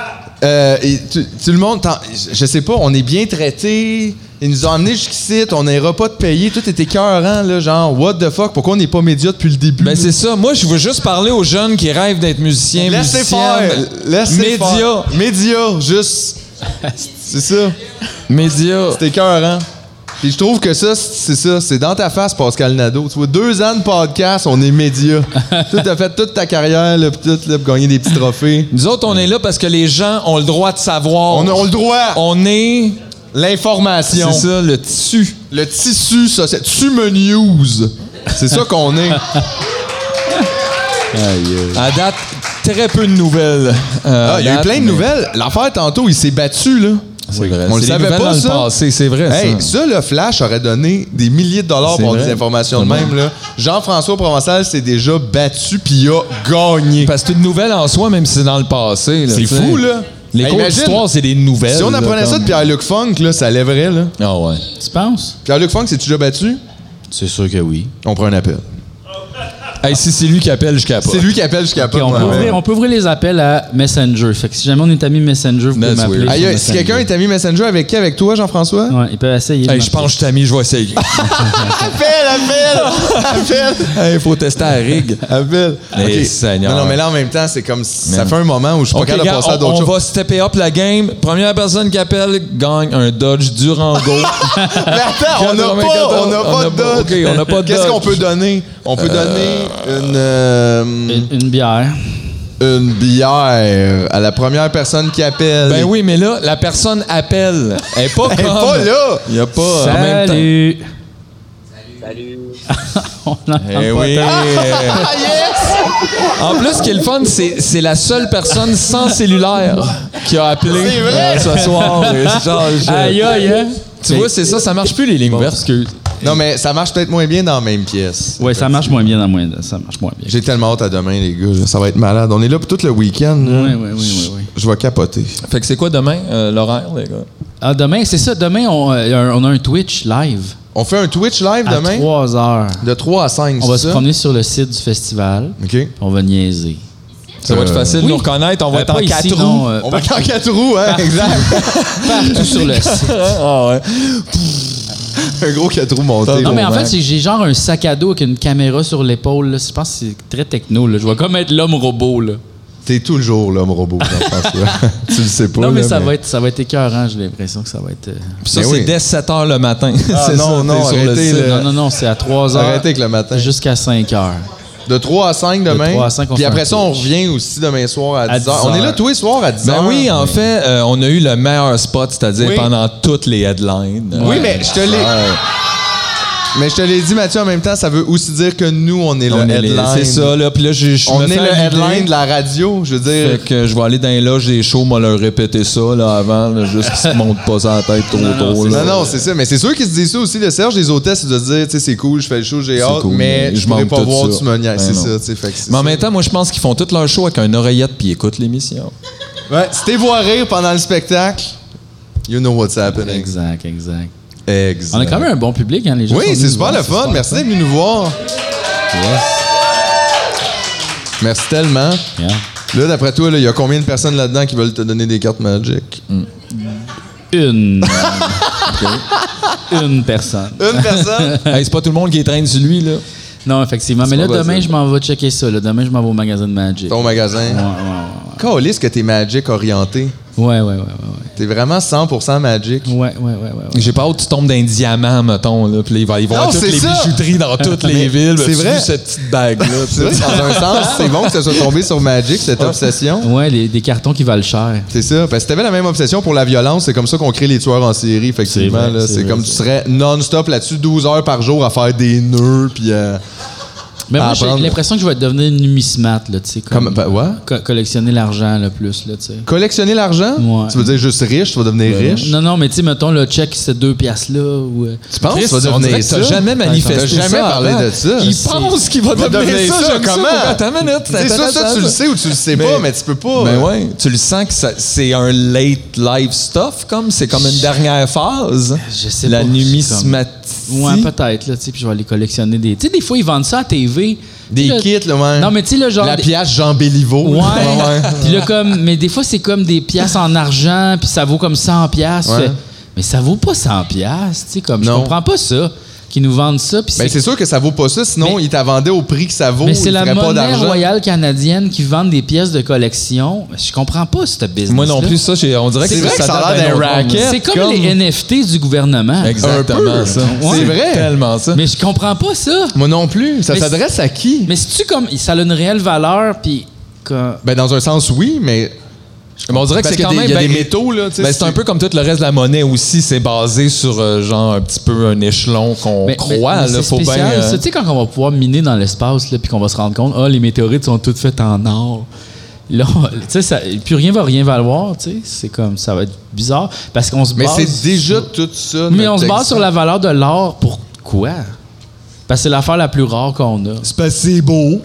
Euh, et tu, tout le monde, t'en- je sais pas, on est bien traité. Ils nous ont amenés jusqu'ici, on n'ira pas de payer. Tout était écœurant, là, genre, what the fuck, pourquoi on n'est pas média depuis le début? Ben, c'est ça. Moi, je veux juste parler aux jeunes qui rêvent d'être musiciens, Laissez musiciennes. faire. Laissez Média. faire. Média, juste. c'est ça. Média. C'est écœurant. Puis je trouve que ça, c'est ça. C'est dans ta face, Pascal Nadeau. Tu vois, deux ans de podcast, on est média. tu as fait toute ta carrière, là, pis tout, là, pour gagner des petits trophées. Nous autres, on est là parce que les gens ont le droit de savoir. On a, on a le droit. On est... L'information. C'est ça, le tissu. Le tissu social. Tu me news. C'est ça qu'on est. À date, très peu de nouvelles. euh, Ah, Il y à a eu date, plein de mais nouvelles. L'affaire, tantôt, il s'est battu, là. C'est vrai. On le C'est des savait nouvelles pas, dans ça. le passé, c'est vrai, Hey, ça. ça, le Flash aurait donné des milliers de dollars C'est pour vrai. des informations de même. là. Jean-François Provençal s'est déjà battu puis il a gagné. Parce que c'est une nouvelle en soi, même si c'est dans le passé. là, C'est tu sais. fou, là. Les Hey, cours imagine, d'histoire, c'est des nouvelles. Si on là, apprenait ça comme- de Pierre-Luc Funk, là, ça lèverait. Là. Ah ouais. Tu penses? Pierre-Luc Funk, c'est-tu déjà battu? C'est sûr que oui. On prend un appel. Hey, si c'est lui qui appelle jusqu'à pas. C'est lui qui appelle jusqu'à Ok, pas. on, peut Ouais. ouvrir, on peut ouvrir les appels à Messenger. Fait que si jamais on est ami Messenger, vous pouvez That's m'appeler. weird. Aïe, sur aïe, si Messenger. quelqu'un est ami Messenger avec qui? Avec toi, Jean-François? Ouais, ils peuvent essayer. de Hey, je m'appeler. pense que je suis ami, je vais essayer. Appelle, appelle, appelle. hey, faut tester la rig. Appelle. Eh, Ok. Seigneur. Non, non, mais là, en même temps, c'est comme... si- Ça Man. fait un moment où je suis pas Ok, capable de gars, passer à on, d'autres on choses. va stepper up la game. Première personne qui appelle gagne un Dodge Durango. Mais attends, on n'a 94, pas, on n'a on n'a pas de pas- dot. ok, on n'a pas de Qu'est-ce dot. qu'on peut donner? On peut donner une, euh, Une, une bière. Ah, une bière à la première personne qui appelle. ben oui, mais là, la personne appelle. Elle est pas Elle est comme- pas là! Il y a pas en même temps. Salut! Salut! Salut! Eh oui. Ah yes! En plus, ce qui est le fun, c'est c'est la seule personne sans cellulaire qui a appelé C'est vrai. euh, ce soir. Et c'est genre, je- Aïe, aïe, hein? Tu vois, c'est ça, ça marche plus les lignes vertes. Non, mais ça marche peut-être moins bien dans la même pièce. Ouais, ça marche moins bien dans moins. Ça marche moins bien. J'ai tellement hâte à demain, les gars. Ça va être malade. On est là pour tout le week-end. là. Oui, oui, oui, oui, oui. Je vais capoter. Fait que c'est quoi demain, euh, l'horaire, les gars? Ah, demain, c'est ça. Demain, on, euh, on a un Twitch live On fait un Twitch live à demain? 3 heures. De 3 à 5, On va se ça? promener sur le site du festival. OK. On va niaiser. Ça Euh, va être facile de nous reconnaître, on va Euh, être en pas ici, quatre roues. non, euh, On va être en 4 roues, hein? Exact. partout sur le site. Ah ouais. un gros 4 roues monté. Non, Ah, mais en Bon, fait, ben. c'est que j'ai genre un sac à dos avec une caméra sur l'épaule. là. Je pense que c'est très techno. Là. Je vais comme être l'homme robot. Là. T'es tout le jour l'homme robot, Jean-François. tu le sais pas. Non, mais là, ça va être, ça va être écœurant. J'ai l'impression que ça va être. euh, Puis ça, Ben c'est oui. Ah, dès 7 h le matin. c'est non, ça, non, t'es sur le arrêtez, site. là. Non, non, non, c'est à 3 heures. Arrêtez avec le matin. Jusqu'à 5 heures. De 3 à 5 demain. 3 à 5, on Puis fait après un ça, on revient aussi demain soir à, À 10h. On 10 est là heures. tous les soirs à 10h. Ben oui, en fait, euh, on a eu le meilleur spot, c'est-à-dire Oui. pendant toutes les headlines. Oui, Ouais. mais je te l'ai. Ouais. Mais je te l'ai dit, Mathieu, en même temps, ça veut aussi dire que nous, on est On le est les- headline. C'est ça, là. Puis là, je je On me est fais le à l'idée. headline de la radio. Je veux dire, Fait que je vais aller dans les loges des shows, moi leur répéter ça là, avant, là, juste qu'ils se montent pas ça la tête trop tôt. là. Non, non, c'est ça. Mais c'est sûr qu'ils se disent ça aussi. Le Serge des hôtesses, il doit se dire, tu sais, c'est cool, je fais le show, j'ai hâte, cool, mais mais je je pourrais manque pas tout voir, ça. tu me niaises. Ben c'est non. ça, tu sais. Fait que c'est Mais en ça. même temps, moi je pense qu'ils font tout leur show avec un oreillette puis ils écoutent l'émission. Ouais, si t'es voir rire pendant le spectacle, you know what's happening. Exact, exact. Exact. On a quand même un bon public, hein, les gens. sont Oui, c'est venus super nous le voir, c'est fun. super Merci d'être venu nous voir. Merci tellement. Yeah. Là, d'après toi, là, il y a combien de personnes là-dedans qui veulent te donner des cartes Magic? Une. Une personne. Une personne? Hey, c'est pas tout le monde qui traîne sur lui là. Non, effectivement. Mais là, pas demain, possible. je m'en vais checker ça. là. Demain, je m'en vais au magasin de Magic. Ton magasin. Ouais, ouais, ouais. Calisse que t'es Magic orienté. Ouais, ouais, ouais, ouais, ouais. T'es vraiment 100% Magic. Ouais, ouais, ouais, ouais, ouais. J'ai pas hâte que tu tombes d'un diamant, mettons, là, puis là, il va y avoir Non, toutes c'est les ça. bijouteries dans toutes les villes. c'est puis tu vrai. veux cette petite bague-là. C'est vrai que dans un sens, c'est bon que ça soit tombé sur Magic, cette obsession. Ouais, les- des cartons qui valent cher. C'est ça. Parce que t'avais la même obsession pour la violence, c'est comme ça qu'on crée les tueurs en série, effectivement. C'est vrai, là. c'est C'est vrai, comme tu serais non-stop là-dessus 12 heures par jour à faire des nœuds, puis euh, à- Mais À moi, j'ai apprendre. l'impression que je vais devenir numismate, là, tu sais. Comme, Comme- ben, ouais. co- collectionner l'argent, le plus, là, tu sais. collectionner l'argent. Ouais. Ben, Tu veux dire juste riche, tu vas devenir riche. Non, non, mais tu sais, mettons, le check, c'est deux piastres là. Ou, euh, Tu penses que Chris, tu vas on dirait devenir que t'as ça? jamais manifesté T'as jamais ça parlé avant. de ça. Il C'est- pense qu'il va va devenir, devenir ça, ça, j'aime ça. comment? Pourquoi? Attends une minute, C'est ça, ça, intéressant, tu le sais ou tu le sais Mais- pas, mais tu peux pas. Ben euh, ouais, tu le sens que ça- c'est un late life stuff, comme c'est comme une dernière phase. Je sais La pas, numismatique. Ouais, peut-être, là, tu sais, puis je vais aller collectionner des. Tu sais, des fois, ils vendent ça à TV. Des Puis là- kits, là, ouais. Non, mais tu sais, le genre. La des- pièce Jean Béliveau. Ouais. là. Ouais. Puis là, comme. Mais des fois, c'est comme des pièces en argent, puis ça vaut comme 100 piastres. Ouais. Tu fais, Mais ça vaut pas 100 piastres, tu sais, comme. Je Non. comprends pas ça. Qu'ils nous vendent ça, puis Ben, c'est c'est sûr que ça vaut pas ça, sinon Mais- ils t'avendaient au prix que ça vaut. Mais c'est ils la feraient Oh, pas monnaie d'argent. royale canadienne qui vend des pièces de collection. Je comprends pas ce business. Moi non plus, ça, j'ai- on dirait que C'est vrai que ça a date l'air d'un autre monde. racket. C'est comme, les NFT du gouvernement. Exactement ça. Ouais. C'est vrai. Tellement ça. Mais je comprends pas ça. Moi non plus. Ça Mais s'adresse à qui? Mais c'est-tu comme. Ça a une réelle valeur, puis. que- Ben, dans un sens, oui, mais. Mais on dirait que c'est Parce qu'il y a quand des- même. il y a des ben, métaux, là. tu sais, ben, c'est un peu comme tout le reste de la monnaie aussi, c'est basé sur euh, genre un petit peu un échelon qu'on Mais- mais- croit. mais là, c'est faut bien, spécial, euh, ça. Tu sais, quand on va pouvoir miner dans l'espace, là, puis qu'on va se rendre compte, ah, les météorites sont toutes faites en or. Là, on- tu sais, ça- plus rien va rien valoir, tu sais. C'est comme. Ça va être bizarre. Parce qu'on se Mais base. c'est déjà tout ça. Mais notre on se base texte. sur la valeur de l'or. Pourquoi? Parce que c'est l'affaire la plus rare qu'on a. C'est parce que c'est beau.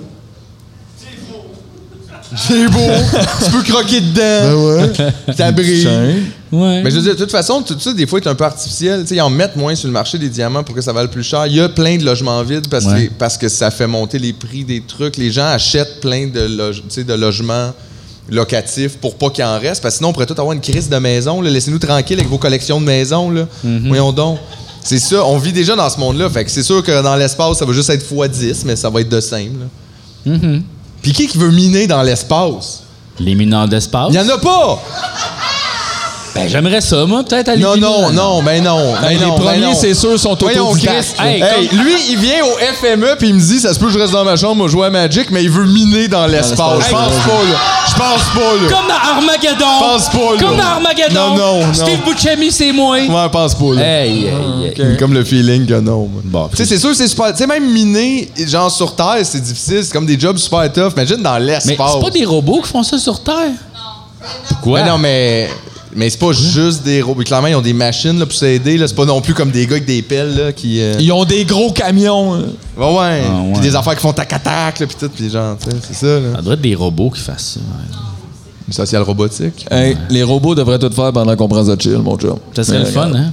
C'est beau. tu peux croquer Ben dedans. Ça brille. Ouais. Mais je veux dire, de toute façon, tout ça, des fois, est un peu artificiel. Tu sais, ils en mettent moins sur le marché des diamants pour que ça vaille plus cher. Il y a plein de logements vides parce, Ouais. que, parce que ça fait monter les prix des trucs. Les gens achètent plein de, loge- tu sais, de logements locatifs pour pas qu'il en reste. Parce que sinon, on pourrait tout avoir une crise de maison. là. Laissez-nous tranquille avec vos collections de maisons. Là. Mhm. Voyons donc. C'est ça, on vit déjà dans ce monde-là. Fait que c'est sûr que dans l'espace, ça va juste être x 10, mais ça va être de simple. là. Mhm. Puis qui qui veut miner dans l'espace? Les mineurs d'espace. Il y en a pas! Ben, j'aimerais ça, moi, peut-être aller. Non, miner non, dans- non, ben non. ben Hey, les non, ben premiers, non. c'est sûr, sont Voyons, autodidactes. Chris. Hey, Hey, comme- lui, il vient au FME puis il me dit ça se peut que je reste dans ma chambre, moi jouer à Magic, mais il veut miner dans l'espace. l'espace, Je pense ouais. pas, là. Je pense pas, là. Comme dans Armageddon. Pense pas, là. Comme dans Armageddon. Non, non, non. Steve Buscemi, c'est moi. Ouais, Ah, je pense pas, là. Hey, hey, hey. J'ai Comme le feeling que non. moi. Bon, tu sais, c'est sûr, c'est super. Tu sais, même miner, genre sur Terre, c'est difficile. C'est comme des jobs super tough. Imagine dans l'espace. Mais c'est pas des robots qui font ça sur Terre? Quoi? non, mais. Mais c'est pas juste des robots. Clairement, ils ont des machines là, pour s'aider. là. C'est pas non plus comme des gars avec des pelles là, qui. euh, Ils ont des gros camions. hein. Ouais, ouais. Ah, ouais. Puis des affaires qui font tac-tac, là, puis tout, puis genre, tu sais, c'est ça, là. Ça devrait être des robots qui fassent ça. Une Ah. sociale robotique. Hey, les robots devraient tout faire pendant qu'on prend The Chill, mon chum. Ça serait Mais le fun, regarde. hein?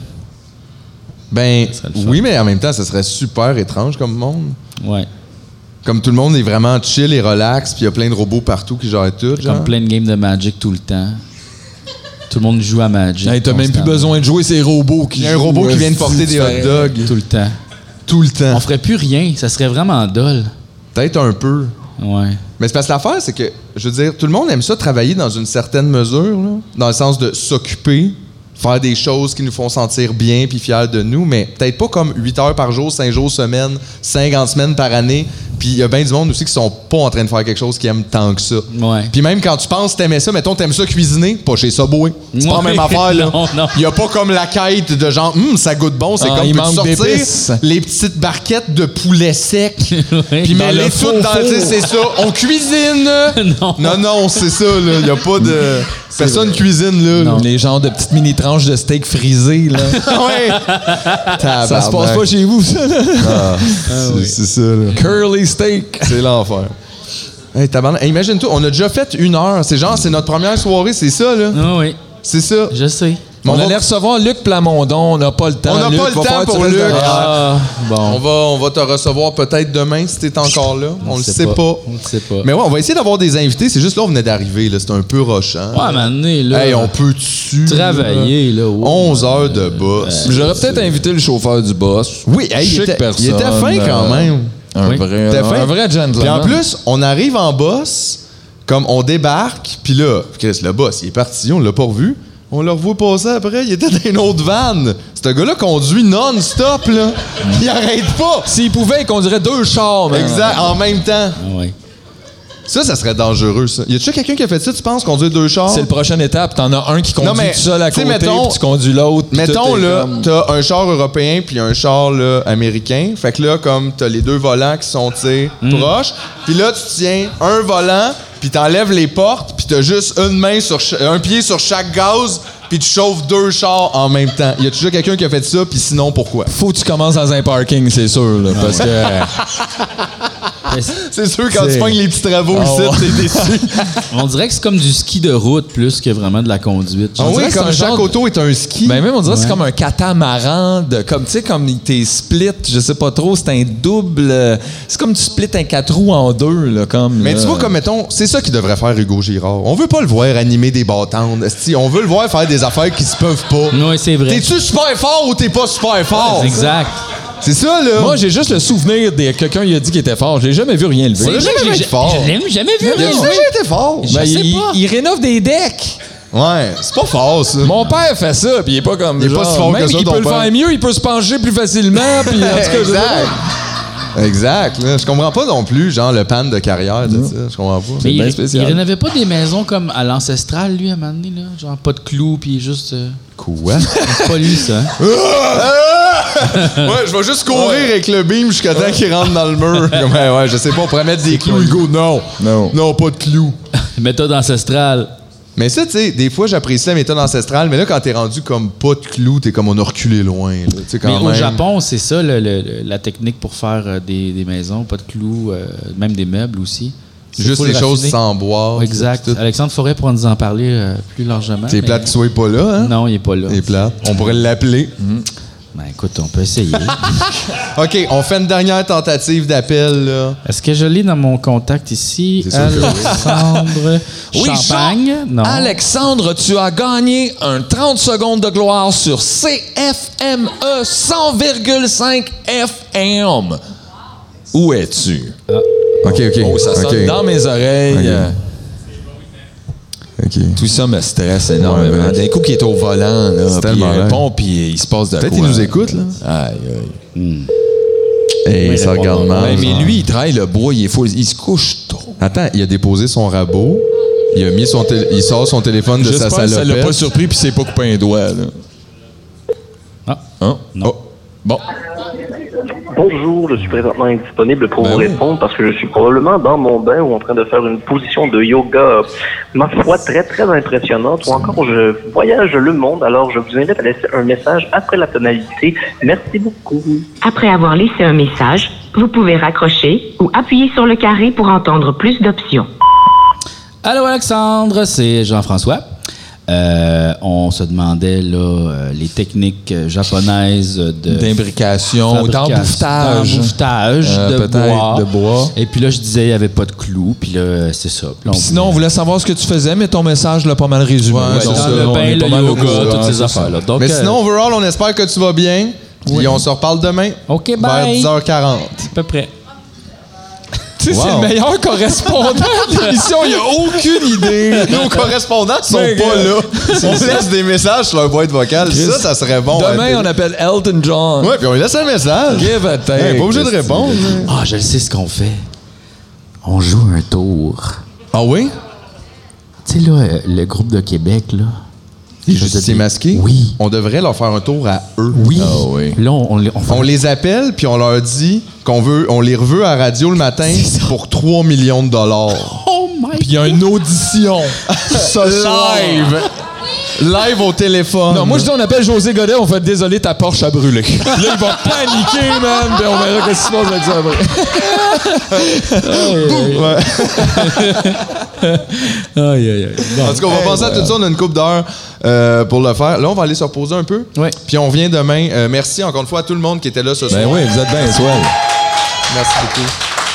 Ben, serait le fun. oui, mais en même temps, ça serait super étrange comme monde. Ouais. Comme tout le monde est vraiment chill et relax, puis il y a plein de robots partout qui gèrent tout, genre. Comme plein de games de Magic tout le temps. Tout le monde joue à Magic. euh, Hey, t'as même plus constamment. besoin de jouer ces robots qui Il y a un jouent, robot qui euh, vient de porter des hot dogs Tout le temps. tout le temps. On ferait plus rien. Ça serait vraiment dole. Peut-être un peu. Ouais. Mais c'est parce que l'affaire, c'est que, je veux dire, tout le monde aime ça travailler dans une certaine mesure, là, dans le sens de s'occuper, faire des choses qui nous font sentir bien puis fiers de nous, mais peut-être pas comme 8 heures par jour, 5 jours semaine, 50 semaines par année. Puis il y a bien du monde aussi qui sont pas en train de faire quelque chose qu'ils aiment tant que ça. Ouais. Puis même quand tu penses que t'aimais ça, mettons, t'aimes ça cuisiner, pas chez Subway. C'est pas la Ouais. même affaire, là. Non, non. Il y a pas comme la quête de genre, hum, ça goûte bon, c'est Ah, comme il peux-tu manque sortir d'épices. les petites barquettes de poulet sec. Ouais. Puis Dans mêler le tout faux dans four. tu sais, c'est ça. On cuisine. Non. non, non, c'est ça, là. Il a pas de. Personne cuisine, là. Non. Les genres de petites mini tranches de steak frisé là. Ah ouais. ça se passe pas chez vous ça. là. C'est c'est ça, là. Curly steak. C'est l'enfer. Hey, tabarnak. Hey, Imagine-toi, on a déjà fait une heure. C'est genre, c'est notre première soirée, c'est ça, là. Ah oui, C'est ça. je sais. Mais On, on va- allait recevoir Luc Plamondon, on n'a pas le temps. On n'a Luc, pas le va temps falloir que tu pour restes Luc. derrière. Ah, On bon. va, on va te recevoir peut-être demain si t'es encore là. On, le sait pas. On le sait pas. Mais ouais, on va essayer d'avoir des invités. C'est juste là, on venait d'arriver, là. C'est un peu rochant. Ouais, à un moment donné, là. Hey, on peut dessus. Travailler, là. wow. 11 heures de boss. J'aurais peut-être invité le chauffeur du boss. Oui, hey, il Chic était- il personne, était fin quand euh, même. Un Oui. vrai, T'as fait- un vrai gentleman. Puis en plus, on arrive en boss Comme on débarque, puis là, Chris, le boss, il est parti, on l'a pas revu. On le revoit passer après, il était dans une autre vanne. Ce gars-là conduit non-stop, là. Il arrête pas. S'il pouvait, il conduirait deux chars, man. Exact, en même temps. Ah Ouais. Ça, ça serait dangereux, ça. Y a-tu quelqu'un qui a fait ça, tu penses, conduire deux chars? C'est la prochaine étape. T'en as un qui conduit Oh. Non, mais, tout seul à tu sais, côté, mettons- puis tu conduis l'autre. puis Mettons, tout est là, comme- t'as un char européen puis un char là, américain. Fait que là, comme t'as les deux volants qui sont, tu sais, proches. Puis là, tu tiens un volant, puis t'enlèves les portes, puis t'as juste une main sur cha- un pied sur chaque gaz, puis tu chauffes deux chars en même temps. Y a toujours quelqu'un qui a fait ça, puis sinon, pourquoi? Faut que tu commences dans un parking, c'est sûr, là, parce que... Mais c'est- C'est sûr, quand C'est- tu pognes les petits travaux Ah ouais. ici, t'es déçu. on dirait que c'est comme du ski de route plus que vraiment de la conduite. Ah On dirait oui, que c'est comme un chaque genre de- auto est un ski. Ben même on dirait que c'est comme un catamaran de comme tu sais comme t'es split, je sais pas trop, c'est un double, euh, c'est comme tu splits un quatre roues en deux là comme. Mais là. tu vois, comme mettons, c'est ça qu'il devrait faire Hugo Girard. On veut pas le voir animer des bâtandes. esti. On veut le voir faire des affaires qui se peuvent pas. Oui, c'est vrai. Ah T'es-tu super fort ou t'es pas super fort? Exact. C'est ça, là. Moi j'ai juste le souvenir de quelqu'un il a dit qu'il était fort, j'ai jamais vu rien C'est lever. vrai jamais que été j'ai- fort. Je l'ai jamais vu. j'ai rien. déjà été fort. Ben, Je Ben, sais il, pas. il rénove des decks. Ouais, c'est pas fort, ça. Mon père fait ça, puis il est pas comme Il est pas si fort même que ça, il ton peut le père. faire mieux, il peut se pencher plus facilement, puis en tout cas, je sais pas. exact. Exact, là. Je comprends pas non plus, genre, le pan de carrière, de ça. Je comprends pas. Mais bien il, il spécial. rénovait pas des maisons comme à l'ancestral, lui, à un moment donné, là. Genre pas de clous, puis juste. euh, Quoi? C'est pas lui, ça. ouais, je vais juste courir avec le beam jusqu'à temps qu'il rentre dans le mur. ouais, ouais, je sais pas, on pourrait mettre des clous, Hugo. Non. Non. Non, pas de clous. Méthode ancestrale. Mais ça, tu sais, des fois, j'apprécie la méthode ancestrale, mais là, quand t'es rendu comme pas de clous, t'es comme on a reculé loin, là. Tu sais, quand Mais même. au Japon, c'est ça le- le- le- la technique pour faire euh, des, des maisons, pas de clous, euh, même des meubles aussi. C'est Juste full les choses raffiné. sans boire. Exact. tout. Alexandre Forêt pourra nous en parler euh, plus largement. T'es mais- plate qu'il soit pas là, hein? Non, il est pas là. T'es plate. On pourrait l'appeler. Ben, écoute, on peut essayer. OK, on fait une dernière tentative d'appel, là. Est-ce que je l'ai dans mon contact ici? C'est sûr que oui. Alexandre Jean- Champagne? Non. Alexandre, tu as gagné un 30 secondes de gloire sur CFME 100,5 FM. Où es-tu? OK, OK. Oh, ça sonne OK. dans mes oreilles. Ok. Euh, OK. Tout ça me stresse énormément. Ouais, D'un coup, qui est au volant, là, puis il tellement laid. répond, puis euh, il se passe de Peut-être quoi, qu'il nous écoute, là. Aïe, aïe. Hey, Oui, ça répond regarde pas. mal. Ouais, mais genre. lui, il travaille le bois, il est fou, il se couche tôt. Attends, il a déposé son rabot. Il a mis son tél- il sort son téléphone de sa J'espère que ça l'a salopette. pas surpris, puis c'est pas coupé un doigt, là. Ah. Hein? Non. Oh. Bon. Bonjour, je suis présentement indisponible pour Ben vous oui. répondre parce que je suis probablement dans mon bain ou en train de faire une position de yoga, euh, ma foi, très très impressionnante. Ou encore, je voyage le monde, alors je vous invite à laisser un message après la tonalité. Merci beaucoup. Après avoir laissé un message, vous pouvez raccrocher ou appuyer sur le carré pour entendre plus d'options. Allô Alexandre, c'est Jean-François. Euh, on se demandait là, euh, les techniques euh, japonaises de D'imbrication, fabrication- d'embouffetage. d'embouffetage Euh, de, peut-être bois. de bois. Et puis là, je disais, il n'y avait pas de clous. Puis là, euh, c'est ça. Puis là, on Puis sinon, on voulait- voulait savoir ce que tu faisais, mais ton message l'a pas mal résumé. Ouais, Ouais, c'est donc, ça. dans euh, le on est bain, pas mal le au courant, yoga, toutes c'est ces ça. affaires-là. Donc, Mais euh, sinon, overall, on espère que tu vas bien. Et on se reparle demain. OK, Vers bye. 10h40. à peu près. Tu sais, c'est Wow. le meilleur correspondant de l'émission. Il a aucune idée. Nos correspondants sont Mais, pas euh, là. On laisse des messages sur leur boîte vocale. Ça, ça serait bon. à Demain, la on appelle Elton John. télé. Ouais, puis on lui laisse un message. Give a take. Hey, pas obligé de répondre. Ah, je le sais ce qu'on fait. On joue un tour. Ah oui? Tu sais, là, euh, le groupe de Québec, là. Les Je justiciers te dis- masqués? Oui. On devrait leur faire un tour à eux. Oui. Ah oui. Là, on, on, les- on va- On les appelle, puis on leur dit qu'on veut, on les reveut à radio le matin pour 3 millions de dollars. Oh my Puis il y a une audition. Ça, live! Live au téléphone. Non, moi, je dis, on appelle José Godet, on fait désolé, ta Porsche a brûlé. Puis là, il va paniquer, man. Puis on verra qu'est-ce qui se passe avec ça après. Aïe, aïe, aïe. En tout cas, on va penser à tout ça. On a une coupe d'heure euh, pour le faire. Là, on va aller se reposer un peu. Ouais. Puis on revient demain. Euh, merci encore une fois à tout le monde qui était là ce soir. Ben oui, vous êtes bien swell. Merci beaucoup.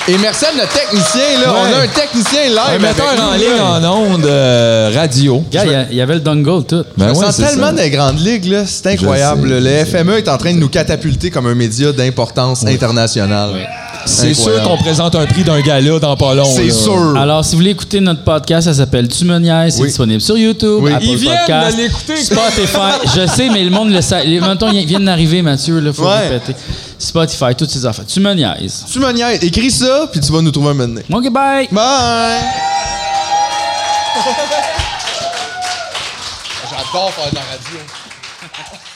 Et merci à notre technicien, là. Ouais. On a un technicien live. Un avec metteur nous, en là. ligne en onde euh, radio. Gars, il y a- il y, avait le dongle, tout. Ben On ouais, sent c'est tellement ça. des grandes ligues, là. C'est incroyable. Je sais, E le FME est en train de nous catapulter comme un média d'importance internationale. C'est sûr Incroyable. qu'on présente un prix d'un gala dans pas long. C'est là. sûr. Alors, si vous voulez écouter notre podcast, ça s'appelle Tu me niaises. C'est Oui. disponible sur YouTube, Oui. Apple Ils viennent Podcast, de l'écouter. Spotify. Je sais, mais le monde le sait. Les mentons ils viennent d'arriver, Mathieu. Là, faut Ouais. répéter. Spotify, toutes ces affaires. Tu me niaises. Tu me niaises. Écris ça, puis tu vas nous trouver un moment donné. OK, bye. Bye! J'adore faire de la radio.